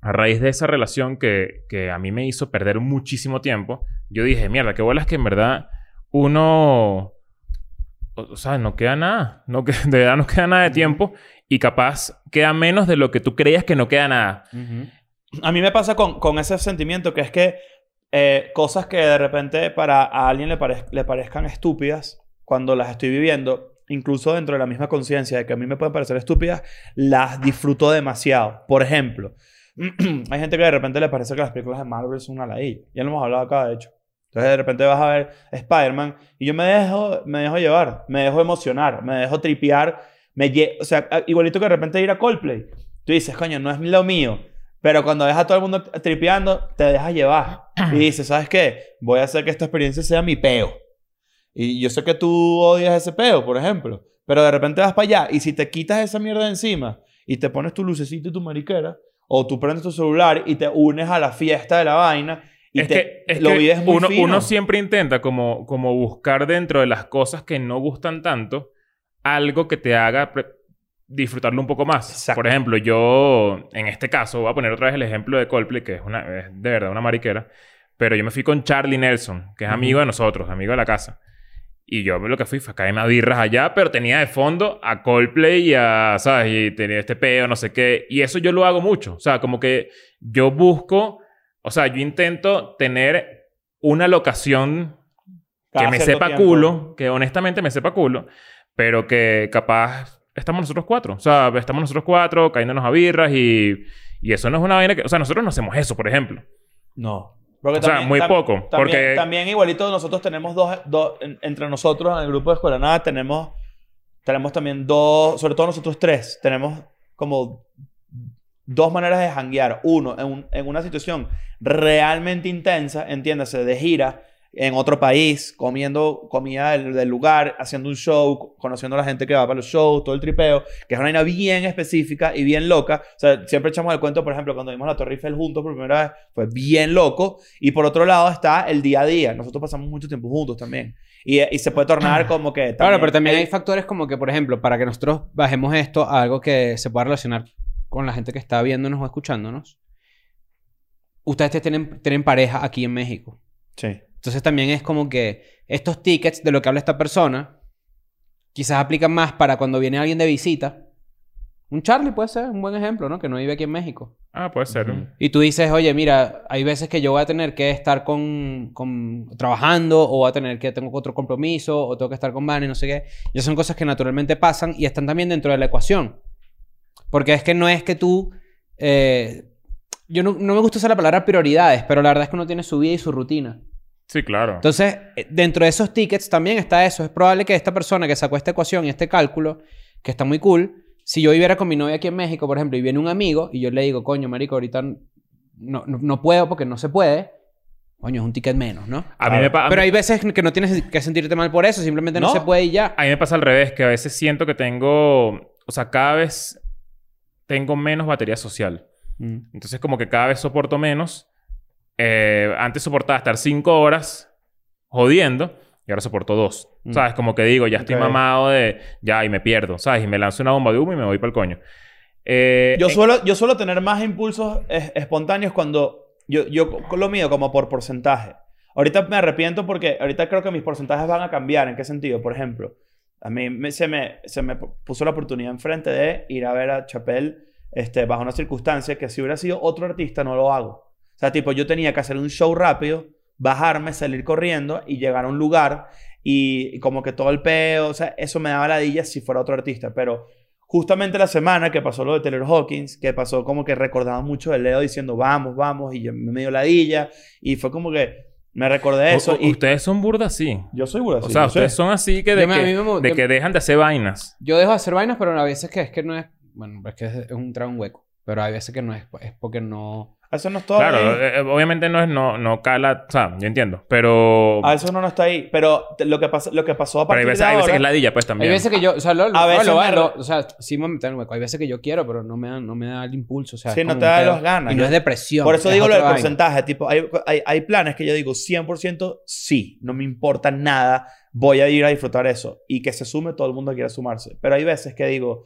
a raíz de esa relación que, que a mí me hizo perder muchísimo tiempo, yo dije, mierda, qué bolas que en verdad uno... O, o sea, no queda nada. No que, de verdad no queda nada de tiempo. Y capaz queda menos de lo que tú creías que no queda nada. A mí me pasa con, con ese sentimiento que es que eh, cosas que de repente para a alguien le, parez- le parezcan estúpidas, cuando las estoy viviendo, incluso dentro de la misma conciencia de que a mí me pueden parecer estúpidas, las disfruto demasiado. Por ejemplo, hay gente que de repente le parece que las películas de Marvel son una ladilla. Ya lo hemos hablado acá, de hecho. Entonces de repente vas a ver Spider-Man y yo me dejo, me dejo llevar, me dejo emocionar, me dejo tripear, me lle- o sea, a- igualito que de repente ir a Coldplay. Tú dices, coño, no es lo mío. Pero cuando ves a todo el mundo tripeando, te dejas llevar. Y dices, ¿sabes qué? Voy a hacer que esta experiencia sea mi peo. Y yo sé que tú odias ese peo, por ejemplo. Pero de repente vas para allá y si te quitas esa mierda de encima y te pones tu lucecita y tu mariquera, o tú prendes tu celular y te unes a la fiesta de la vaina y es te, que, es lo que vives muy uno, fino. uno siempre intenta como, como buscar dentro de las cosas que no gustan tanto algo que te haga pre- disfrutarlo un poco más. Exacto. Por ejemplo, yo en este caso voy a poner otra vez el ejemplo de Coldplay, que es, una, es de verdad una mariquera, pero yo me fui con Charlie Nelson, que es amigo de nosotros, amigo de la casa. Y yo lo que fui fue a caerme a birras allá, pero tenía de fondo a Coldplay y a, ¿sabes? Y tenía este peo, no sé qué. Y eso yo lo hago mucho. O sea, como que yo busco, o sea, yo intento tener una locación que Cada me cierto sepa tiempo. culo, que honestamente me sepa culo, pero que capaz estamos nosotros cuatro. O sea, estamos nosotros cuatro cayéndonos a birras y, y eso no es una vaina que. O sea, nosotros no hacemos eso, por ejemplo. No. Porque O sea, muy tam- poco, También, porque- también igualito nosotros tenemos dos, dos en- entre nosotros en el grupo de Escuela Nada, tenemos, tenemos también dos, sobre todo nosotros tres, tenemos como dos maneras de janguear. Uno, en, un- en una situación realmente intensa, entiéndase, de gira, en otro país, comiendo comida del, del lugar, haciendo un show, conociendo a la gente que va para los shows, todo el tripeo, que es una vaina bien específica y bien loca. O sea, siempre echamos el cuento, por ejemplo, cuando vimos la Torre Eiffel juntos por primera vez, fue bien loco. Y por otro lado está el día a día. Nosotros pasamos mucho tiempo juntos también. Y, y se puede tornar como que... Claro, pero también hay factores como que, por ejemplo, para que nosotros bajemos esto a algo que se pueda relacionar con la gente que está viéndonos o escuchándonos. Ustedes tienen, tienen pareja aquí en México. Sí. Entonces también es como que estos tickets de lo que habla esta persona quizás aplican más para cuando viene alguien de visita. Un Charlie puede ser un buen ejemplo, ¿no? Que no vive aquí en México. Ah, puede ser. Ujú. Y tú dices, oye, mira, hay veces que yo voy a tener que estar con, con- trabajando o voy a tener que tengo otro compromiso o tengo que estar con Van y no sé qué. Ya son cosas que naturalmente pasan y están también dentro de la ecuación. Porque es que no es que tú... eh, yo no, no me gusta usar la palabra prioridades, pero la verdad es que uno tiene su vida y su rutina. Sí, claro. Entonces, eh, dentro de esos tickets también está eso. Es probable que esta persona que sacó esta ecuación y este cálculo, que está muy cool, si yo viviera con mi novia aquí en México, por ejemplo, y viene un amigo y yo le digo, coño, marico, ahorita no, no, no puedo porque no se puede, coño, es un ticket menos, ¿no? a mí me pa- a mí- Pero hay veces que no tienes que sentirte mal por eso, simplemente no, No. se puede y ya. A mí me pasa al revés, que a veces siento que tengo, o sea, cada vez tengo menos batería social. Mm. Entonces como que cada vez soporto menos. Eh, antes soportaba estar cinco horas jodiendo y ahora soporto dos. Mm. ¿Sabes? Como que digo, ya estoy Ok. mamado de, ya, y me pierdo, ¿sabes? Y me lanzo una bomba de humo y me voy para el coño. Eh, Yo eh, suelo, yo suelo tener más impulsos es- espontáneos cuando yo, yo co- lo mido como por porcentaje. Ahorita me arrepiento porque ahorita creo que mis porcentajes van a cambiar. ¿En qué sentido? Por ejemplo, a mí me- se, me, se me puso la oportunidad enfrente de ir a ver a Chapel este, bajo una circunstancia que si hubiera sido otro artista no lo hago. O sea, tipo, yo tenía que hacer un show rápido, bajarme, salir corriendo y llegar a un lugar y, y como que todo el peo, o sea, eso me daba ladilla si fuera otro artista, pero justamente la semana que pasó lo de Taylor Hawkins, que pasó como que recordaba mucho de Leo diciendo vamos, vamos, y yo me dio ladilla, y fue como que me recordé u- eso. u- y Ustedes son burdas, sí. yo soy burda, O sí, sea, yo sé. ustedes son así que de, Yo me- a mí que, me mo- de yo- que dejan de hacer vainas. Yo dejo de hacer vainas, pero a veces que es que no es... Bueno, es que es, es un trago un hueco. Pero hay veces que no es, es porque no... Eso no es todo. Claro, ahí. eh, eh, obviamente no es, no, no cala, o sea, yo entiendo, pero, a eso uno no está ahí. Pero te- lo que, pasa, lo que pasó a pero hay partir veces, de hay ahora... veces que es ladilla, pues también. Hay veces que yo, o sea, lo, A a veces veces me- o sea, sí me meto en el hueco. Hay veces que yo quiero, pero no me da, no me da el impulso, o sea, Sí, es no como te un da pedo. las ganas. Y no es depresión. Por eso es digo lo del otra vaina. porcentaje. Tipo, hay, hay, hay planes que yo digo 100% sí, no me importa nada, voy a ir a disfrutar eso. Y que se sume todo el mundo que quiera sumarse. Pero hay veces que digo,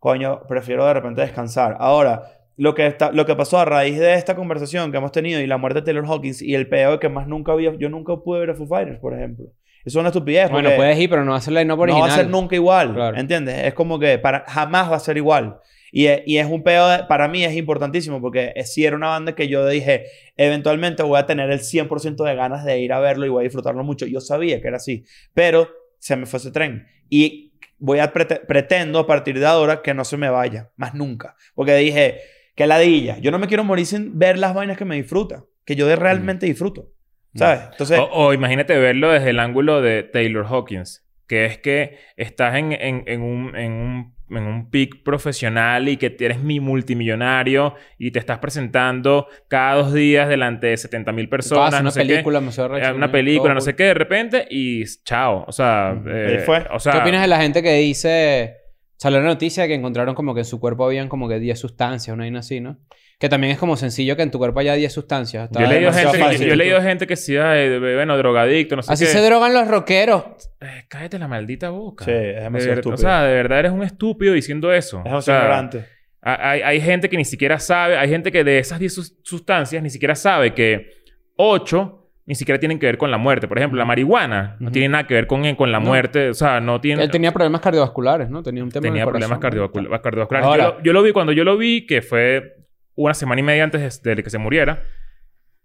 coño, prefiero de repente descansar. Ahora, lo que, está, lo que pasó a raíz de esta conversación que hemos tenido y la muerte de Taylor Hawkins y el peor que más nunca había, yo nunca pude ver a Foo Fighters, por ejemplo. Eso es una estupidez. Bueno, porque- puedes ir, pero no hacer la no original. no va a ser nunca igual, Claro. ¿entiendes? Es como que para, jamás va a ser igual. Y es, y es un peo, de- para mí es importantísimo, porque es- si era una banda que yo dije, eventualmente voy a tener el 100% de ganas de ir a verlo y voy a disfrutarlo mucho. Yo sabía que era así, pero se me fue ese tren. Y voy a prete- pretendo a partir de ahora que no se me vaya, más nunca. Porque dije, que ladilla, yo no me quiero morir sin ver las vainas que me disfrutan, que yo de realmente disfruto, ¿sabes? Entonces, O, o imagínate verlo desde el ángulo de Taylor Hawkins, que es que estás en, en- en un, en, un, en un peak profesional y que eres mi multimillonario y te estás presentando cada dos días delante de 70 mil Todas, personas, una no sé qué. película, demasiado Eh, recha, Una ¿no? película, Todo no cool. sé qué, de repente y chao. O sea, Ujú. eh, Ahí fue. o sea, ¿Qué opinas de la gente que dice... Salió la noticia de que encontraron como que en su cuerpo habían como que 10 sustancias, una vaina así, ¿no? Que también es como sencillo que en tu cuerpo haya 10 sustancias. Está Yo he, leído demasiado gente que, fácil. yo he leído gente que sí, ay, bueno, drogadicto, no sé Así qué. se drogan los rockeros. Eh, cállate la maldita boca. sí, es De demasiado ver- estúpido. eh, o sea, de verdad eres un estúpido diciendo eso. es O demasiado sea, ignorante. Ha- Hay, hay gente que ni siquiera sabe, hay gente que de esas 10 sus- sustancias ni siquiera sabe que 8 ni siquiera tienen que ver con la muerte. Por ejemplo, la marihuana no Ujú. tiene nada que ver con, con la No. muerte. O sea, no tiene... Él tenía problemas cardiovasculares, ¿no? Tenía un tema en tenía el problemas corazón. cardiovascul- cardiovasculares. Ahora- yo, lo, yo lo vi cuando yo lo vi, que fue una semana y media antes de, de que se muriera,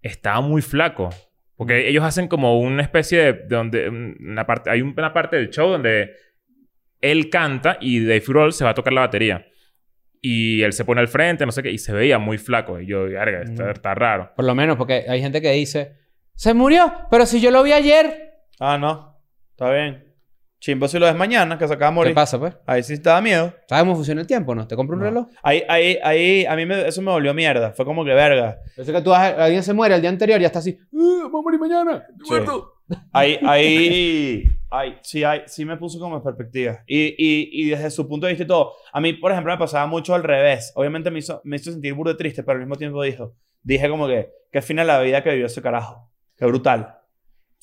estaba muy flaco. Porque ellos hacen como una especie de... de donde una parte, hay un- una parte del show donde él canta y Dave Grohl se va a tocar la batería. Y él se pone al frente, no sé qué, y se veía muy flaco. Y yo, verga, está, Mm. está raro. Por lo menos, porque hay gente que dice, se murió, pero si yo lo vi ayer, Ah, no. Está bien. Chimbo si lo ves mañana, que se acaba de ¿qué morir. pasa, pues? Ahí sí estaba miedo. ¿Sabes cómo funciona el tiempo, no? ¿Te compro un No. reloj? Ahí, ahí, ahí, a mí me- eso me volvió mierda. Fue como que verga. Yo sé que tú vas- alguien se muere el día anterior y ya está así, "Ah, voy a morir mañana. Sí. Ahí, ahí, ahí, sí, ahí, sí me puso como en perspectiva. Y, y, y desde su punto de vista y todo. A mí, por ejemplo, me pasaba mucho al revés. Obviamente me hizo, me hizo sentir burdo de triste, pero al mismo tiempo dijo, dije como que, qué fina la vida que vivió ese carajo. Qué brutal.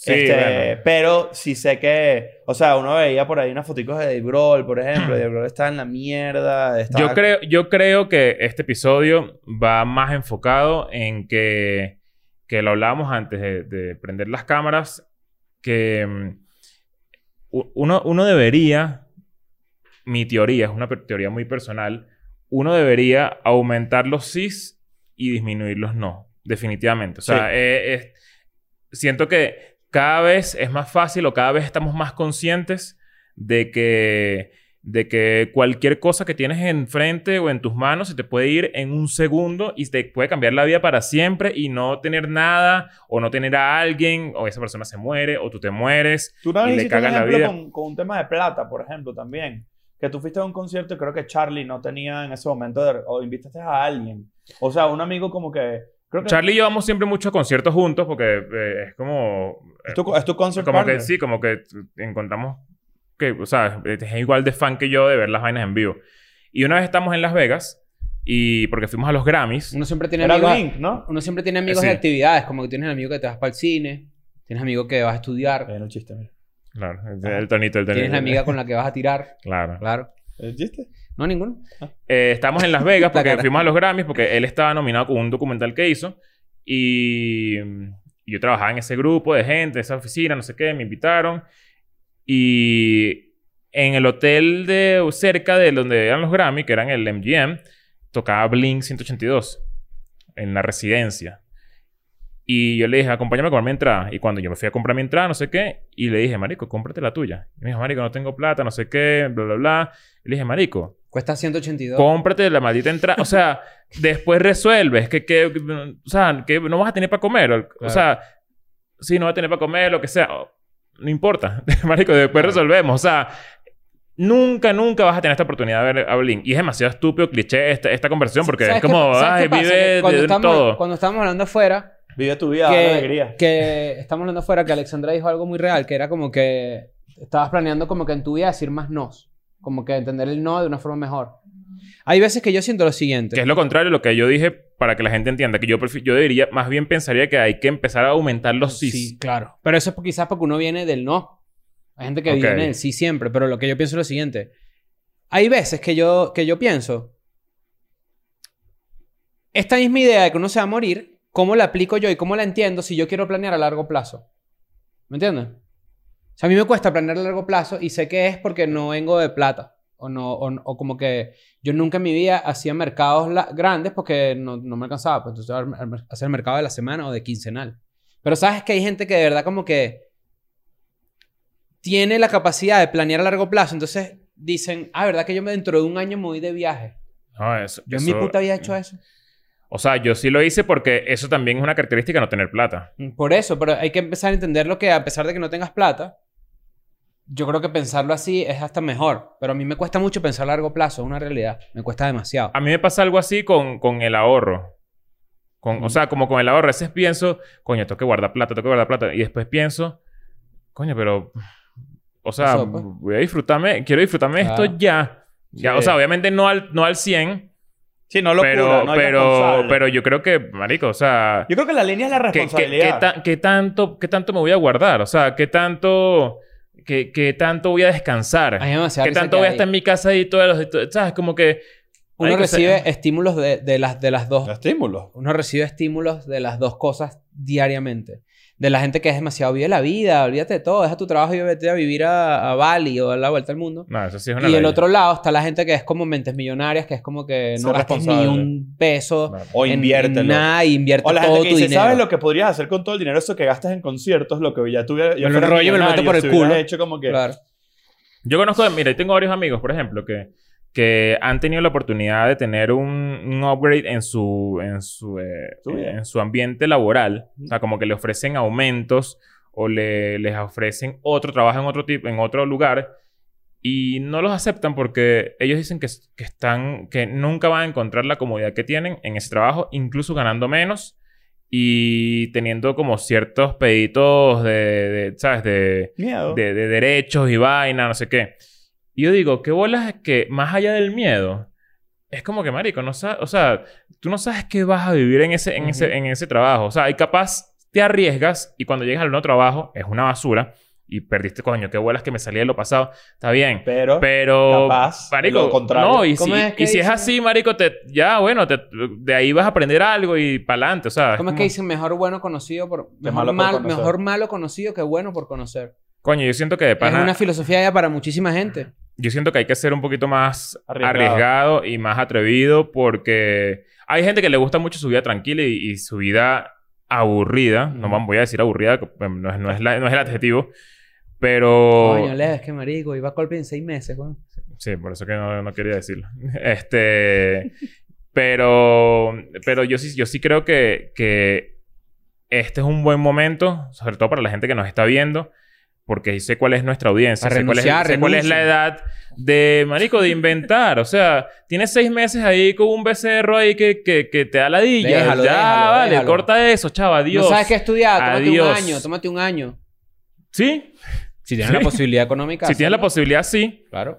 Sí, Este, bueno. Pero sí sé que, o sea, uno veía por ahí unas fotos de Dave Grohl, por ejemplo. Dave Grohl está en la mierda. está- Yo creo, yo creo que este episodio va más enfocado en que, que lo hablábamos antes de, de prender las cámaras, que mm, u- uno, uno debería, mi teoría, es una per- teoría muy personal, uno debería aumentar los sís y disminuir los no, definitivamente. O sea, Sí. eh, es- siento que cada vez es más fácil o cada vez estamos más conscientes de que, de que cualquier cosa que tienes enfrente o en tus manos se te puede ir en un segundo y te puede cambiar la vida para siempre y no tener nada o no tener a alguien o esa persona se muere o tú te mueres. Tú una y vez le hiciste un cagan la ejemplo vida. Con, con un tema de plata, por ejemplo, también. Que tú fuiste a un concierto y creo que Charlie no tenía en ese momento, de- o invitaste a alguien. O sea, un amigo como que... Creo que Charlie y yo vamos siempre mucho a conciertos juntos porque eh, es como... es tu, es tu concert como partner. que sí, como que encontramos que, o sea, es igual de fan que yo de ver las vainas en vivo. Y una vez estamos en Las Vegas y porque fuimos a los Grammys. Uno siempre tiene Era amigos, Blink, ¿no? uno siempre tiene amigos Sí. de actividades, como que tienes un amigo que te vas para el cine, tienes amigo que vas a estudiar, Bueno, el chiste, mira. Claro, el tonito, el tonito. tienes la amiga con la que vas a tirar, Claro. claro. ¿El chiste? No, ninguno. Eh, estamos en Las Vegas La porque cara. fuimos a los Grammys porque él estaba nominado con un documental que hizo y y yo trabajaba en ese grupo de gente, esa oficina, no sé qué, me invitaron y en el hotel de cerca de donde eran los Grammys, que eran el MGM, tocaba Blink 182 en la residencia. Y yo le dije, acompáñame a comprar mi entrada. Y cuando yo me fui a comprar mi entrada, no sé qué, y le dije, Marico, cómprate la tuya. Y me dijo, Marico, no tengo plata, no sé qué, bla, bla, bla. Y le dije, Marico, Cuesta 182. cómprate la maldita entrada. O sea, después resuelves que, que, o sea, que no vas a tener para comer. O Claro. sea, si no vas a tener para comer, lo que sea. O- No importa, marico, después resolvemos. O sea, nunca, nunca vas a tener esta oportunidad de ver a Blink. Y es demasiado estúpido, cliché esta, esta conversación porque ¿Sabes es qué- como, sabes ay, qué pasa? vive Que cuando de estamos, todo. Cuando estábamos hablando afuera, Vive tu vida, dale que, alegría. que estamos hablando afuera que Alexandra dijo algo muy real, que era como que estabas planeando como que en tu vida decir más nos, como que entender el no de una forma mejor. Hay veces que yo siento lo siguiente. Que es lo contrario a lo que yo dije para que la gente entienda. Que yo, prefi- yo diría, más bien pensaría que hay que empezar a aumentar los sí. Sí, claro. Pero eso es por- quizás porque uno viene del no. Hay gente que Ok. viene del sí siempre, pero lo que yo pienso es lo siguiente. Hay veces que yo, que yo pienso, esta misma idea de que uno se va a morir, ¿cómo la aplico yo y cómo la entiendo si yo quiero planear a largo plazo? ¿Me entiendes? O sea, a mí me cuesta planear a largo plazo y sé que es porque no vengo de plata. O, no, o, o como que yo nunca en mi vida hacía mercados la- grandes porque no, no me alcanzaba. Pues entonces ar- ar- hacer el mercado de la semana o de quincenal. Pero sabes que hay gente que de verdad como que tiene la capacidad de planear a largo plazo. Entonces dicen, ah, ¿verdad que yo me dentro de un año me voy de viaje? No, eso- Yo en mi eso- puta había hecho eso. O sea, yo sí lo hice porque eso también es una característica de no tener plata. Por eso, pero hay que empezar a entender lo que a pesar de que no tengas plata, yo creo que pensarlo así es hasta mejor. Pero a mí me cuesta mucho pensar a largo plazo, es una realidad. Me cuesta demasiado. A mí me pasa algo así con, con el ahorro. Con, O sea, como con el ahorro. A veces pienso, coño, tengo que guardar plata, tengo que guardar plata. Y después pienso, coño, pero. O sea, Eso, pues. voy a disfrutarme, quiero disfrutarme Claro. esto ya. ya O Sí. sea, obviamente no al, no al 100, Sí, no locura, pero, no pero, irresponsable. pero yo creo que, marico, o sea. Yo creo que la línea es la ¿qué, qué- responsabilidad. qué ta- qué tanto, ¿Qué tanto me voy a guardar? O sea, ¿qué tanto, qué, qué tanto voy a descansar? Hay demasiada ¿Qué risa tanto que voy a hay. estar en mi casa y todos los... to- ¿Sabes? Como que... Uno Marico, recibe se- estímulos de, de las, de las dos. Estímulos. Uno recibe estímulos de las dos cosas diariamente. De la gente que es demasiado vive la vida, olvídate de todo, deja tu trabajo y vete a vivir a, a Bali o a la vuelta al mundo. No, eso sí es una Y del ladilla. otro lado está la gente que es como mentes millonarias, que es como que no Ser gastes ni responsable. un peso Claro. O en- en inviértelo. nada y invierte o la todo gente que tu dice, dinero. ¿sabes lo que podrías hacer con todo el dinero eso que gastas en conciertos? Lo que ya tuviera... Me lo enrollo y me lo meto por el culo. hecho como que... Claro. Yo conozco, mira, yo tengo varios amigos, por ejemplo, que, que han tenido la oportunidad de tener un, un upgrade en su, en, su, eh, Su vida. en su ambiente laboral. O sea, como que le ofrecen aumentos o le, les ofrecen otro trabajo en otro, tipo, en otro lugar y no los aceptan porque ellos dicen que, s- que, están, que nunca van a encontrar la comodidad que tienen en ese trabajo, incluso ganando menos y teniendo como ciertos peditos de, de ¿sabes? De, Miedo. de, de derechos y vaina, no sé qué. Y yo digo, qué bolas es que más allá del miedo, es como que, marico, no sa- o sea, tú no sabes qué vas a vivir en ese, en ese, Ujú. en ese trabajo. O sea, y capaz te arriesgas y cuando llegas al nuevo trabajo es una basura y perdiste, coño, qué bolas que me salía de lo pasado. Está bien. Pero... Pero, Capaz, marico, lo contrario. no, y si ¿Cómo y si es es, que dicen? así, marico, te, ya, bueno, te- de ahí vas a aprender algo y para adelante, o sea, es ¿Cómo es como- que dicen mejor bueno conocido por... Mejor, malo por mal- conocer. mejor malo conocido que bueno por conocer. coño, yo siento que de pana, Es una filosofía ya para muchísima gente. Yo siento que hay que ser un poquito más Arriesgado. arriesgado, y más atrevido porque hay gente que le gusta mucho su vida tranquila y, y su vida aburrida. No Ujú. voy a decir aburrida, que, bueno, no es, no es la- no es el adjetivo. Pero... Coño, Leves, que marico. Iba a Colby en seis meses, weón. Sí, por eso que no, no quería decirlo. Este... Pero... Pero yo sí, yo sí creo que, que este es un buen momento, sobre todo para la gente que nos está viendo. Porque sé cuál es nuestra audiencia. A sé cuál es- renunciar, sé cuál es la renuncien. edad de, marico, de inventar. O sea, tienes seis meses ahí con un becerro ahí que, que, que te da la dilla. Déjalo, ya, déjalo, vale, déjalo. corta eso, chava. Dios. No sabes qué estudiar. Tómate un Adiós. año. Tómate un año. Sí. Si tienes Sí. la posibilidad económica. Si tienes la posibilidad, sí. Claro.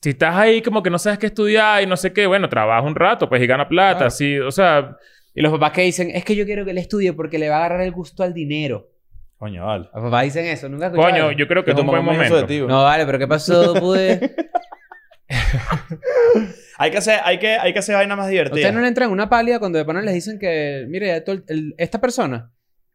Si estás ahí como que no sabes qué estudiar y no sé qué, bueno, trabaja un rato, pues y gana plata. Claro. Sí, o sea, Y los papás que dicen, es que yo quiero que él estudie porque le va a agarrar el gusto al dinero. Coño, vale. Los papás dicen eso. Nunca coño, yo creo que es tu un buen mamá me hizo momento. de ti, güey. No, vale, pero ¿qué pasó, pude? Hay que hacer, hay que, hay que hacer vaina más divertida. Ustedes no le entran una pálida cuando de pana les dicen que, mire, ya todo el- el- esta persona,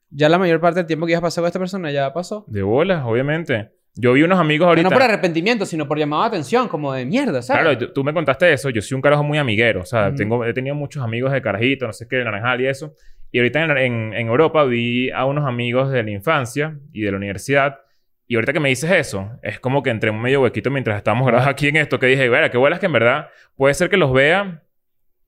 ya la mayor parte del tiempo que ibas a pasar con esta persona ya pasó. De bolas, obviamente. Yo vi unos amigos Pero ahorita. no por arrepentimiento, sino por llamado de atención, como de mierda, ¿sabes? Claro, tú, tú me contaste eso. Yo soy un carajo muy amiguero. O sea, Ujú. tengo, he tenido muchos amigos de Carajito, no sé qué, de Naranjal y eso. Y ahorita en, en- en Europa vi a unos amigos de la infancia y de la universidad. Y ahorita que me dices eso, es como que entré en un medio huequito mientras estábamos grabados aquí en esto. Que dije, verá, qué bolas que en verdad puede ser que los vea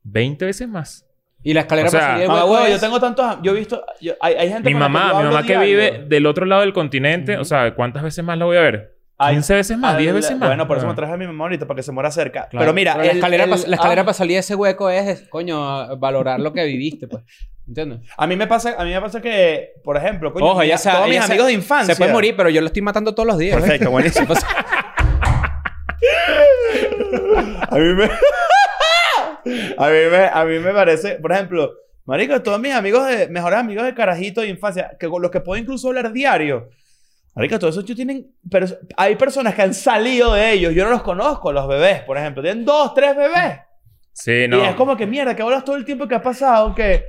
20 veces más. Y la escalera O sea, para salir del Mamá, hueco güey, Ah, yo es- tengo tantos... am- Yo he visto... yo- hay, hay gente Mi con la mamá, yo mi hablo mamá que diario. vive del otro lado del continente, Ujú. o sea, ¿cuántas veces más la voy a ver? Hay- 15 veces más, 10 al- veces más. Bueno, por eso Ah. me traje a mi mamá ahorita, para que se muera cerca. Claro. Pero mira, la el- escalera, el- pa- la escalera ah, para salir de ese hueco es, es, coño, valorar lo que viviste, pues. ¿Entiendes? ah, A mí me pasa, a mí me pasa que, por ejemplo, coño, Ojo, mi- ella se- todos mis ella se- amigos de infancia. Se puede morir, pero yo lo estoy matando todos los días. ¿eh? Perfecto, buenísimo. O sea, A mí me. a, mí me a mí me parece, por ejemplo, Marico, todos mis amigos, de, mejores amigos de carajito de infancia, que con los que puedo incluso hablar diario. Marico, todos esos chicos tienen. Pero hay personas que han salido de ellos. Yo no los conozco, los bebés, por ejemplo. Tienen dos, tres bebés. Sí, no. Y es como que mierda, que hablas todo el tiempo que ha pasado, que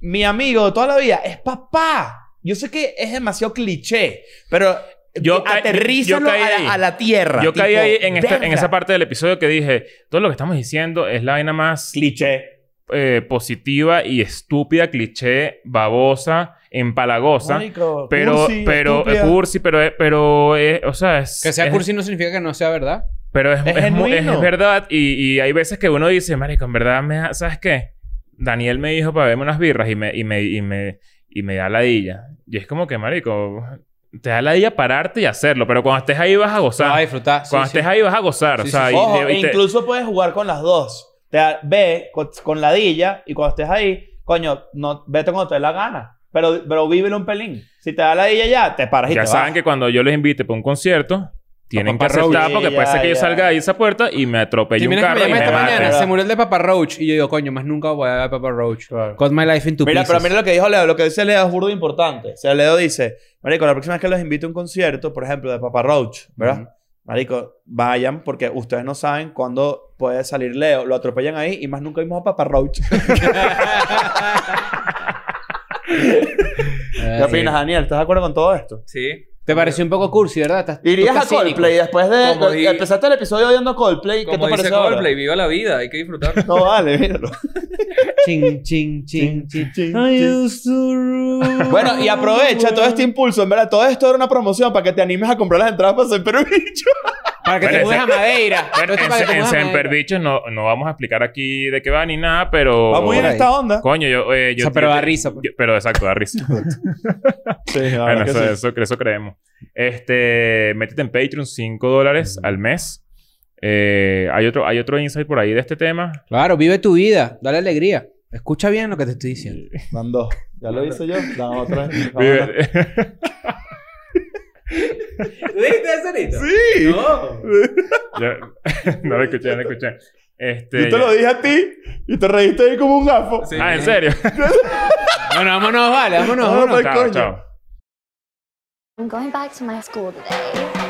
mi amigo de toda la vida es papá. Yo sé que es demasiado cliché, pero eh, Yo ca- aterrízalo yo caí a, ahí. la, a la tierra. Yo caí tipo, ahí en, esta- en verga. esa parte del episodio que dije, todo lo que estamos diciendo es la vaina más cliché. eh, positiva y estúpida, cliché, babosa, empalagosa. Marico, pero, cursi, pero, eh, estúpida. cursi, pero, eh, pero, eh, o sea, es... que sea es- cursi no significa que no sea verdad. Pero es, Es es mu- es- genuino. es verdad y, y hay veces que uno dice, marico, en verdad, me da- ¿sabes qué? Daniel me dijo para verme unas birras y me, y me, y me, y me da ladilla. Y es como que, marico, te da ladilla pararte y hacerlo, pero cuando estés ahí vas a Lo vas a gozar. disfrutar. Sí, cuando sí. estés ahí vas a gozar. Sí, o sea, sí, sí. y- Ojo, y te- incluso puedes jugar con las dos. Te da- ve con, con ladilla y cuando estés ahí, coño, no, vete cuando te dé la gana. Pero, pero vívelo un pelín. Si te da ladilla ya, te paras y ya te saben vas. que cuando yo les invite para un concierto, tienen que Papá Roach. aceptar porque Sí, puede ya, ser que yo ya. salga ahí de esa puerta y me atropelle Y un mira que me carro y llama me esta mate. mañana, mate. se murió el de Papa Roach. Y yo digo, coño, más nunca voy a ver a Papa Roach. Claro. Cut my life into Mira, pieces. pero mira lo que dijo Leo, lo que dice Leo es burdo importante. O sea, Leo dice, Marico, la próxima vez que los invite a un concierto, por ejemplo, de Papa Roach, ¿verdad? Ujú. Marico, vayan porque ustedes no saben cuándo pu- puede salir Leo, lo atropellan ahí y más nunca vimos a Papa Roach. ¿Qué opinas, Daniel? ¿Estás de acuerdo con todo esto? Sí. Eh, Te pareció un poco cursi, ¿verdad? Estás- tú Irías a estás cínico. Coldplay después de. Como di- Empezaste el episodio odiando a Coldplay. ¿Qué Como te dice pareció? ahora? Coldplay, viva la vida, hay que disfrutar. No vale, míralo. Chin, chin, chin, chin. Bueno, y aprovecha todo este impulso. En verdad, todo esto era una promoción para que te animes a comprar las entradas para ser perbicho. Para que te Bueno, mudes ese- a Madeira. Bueno, Todo en, esto para que te en mudes a Madeira. Semperbichos no, no vamos a explicar aquí de qué va ni nada, pero... Va muy en Por ahí. esta onda. Coño, yo... eh, yo O sea, pero yo- da risa, pues. yo- pero exacto, da risa. Sí, la bueno, verdad eso, que sí. eso, eso creemos. Este, métete en Patreon, 5 dólares al mes. Eh, hay, otro, hay otro insight por ahí de este tema. Claro, vive tu vida. Dale alegría. Escucha bien lo que te estoy diciendo. Van dos. Ya lo hice yo. La otra vez. Vámonos. Vive- ¿Tú dijiste eso ahorita? Sí. No. Ya- no lo escuché, no lo escuché. Este, Yo te lo dije a ti y te reíste ahí como un gafo. Sí. Ah, ¿en serio? Bueno, vámonos, vale, vámonos, Vámonos, vámonos. Ay, chao, coño. chao. I'm going back to my school today.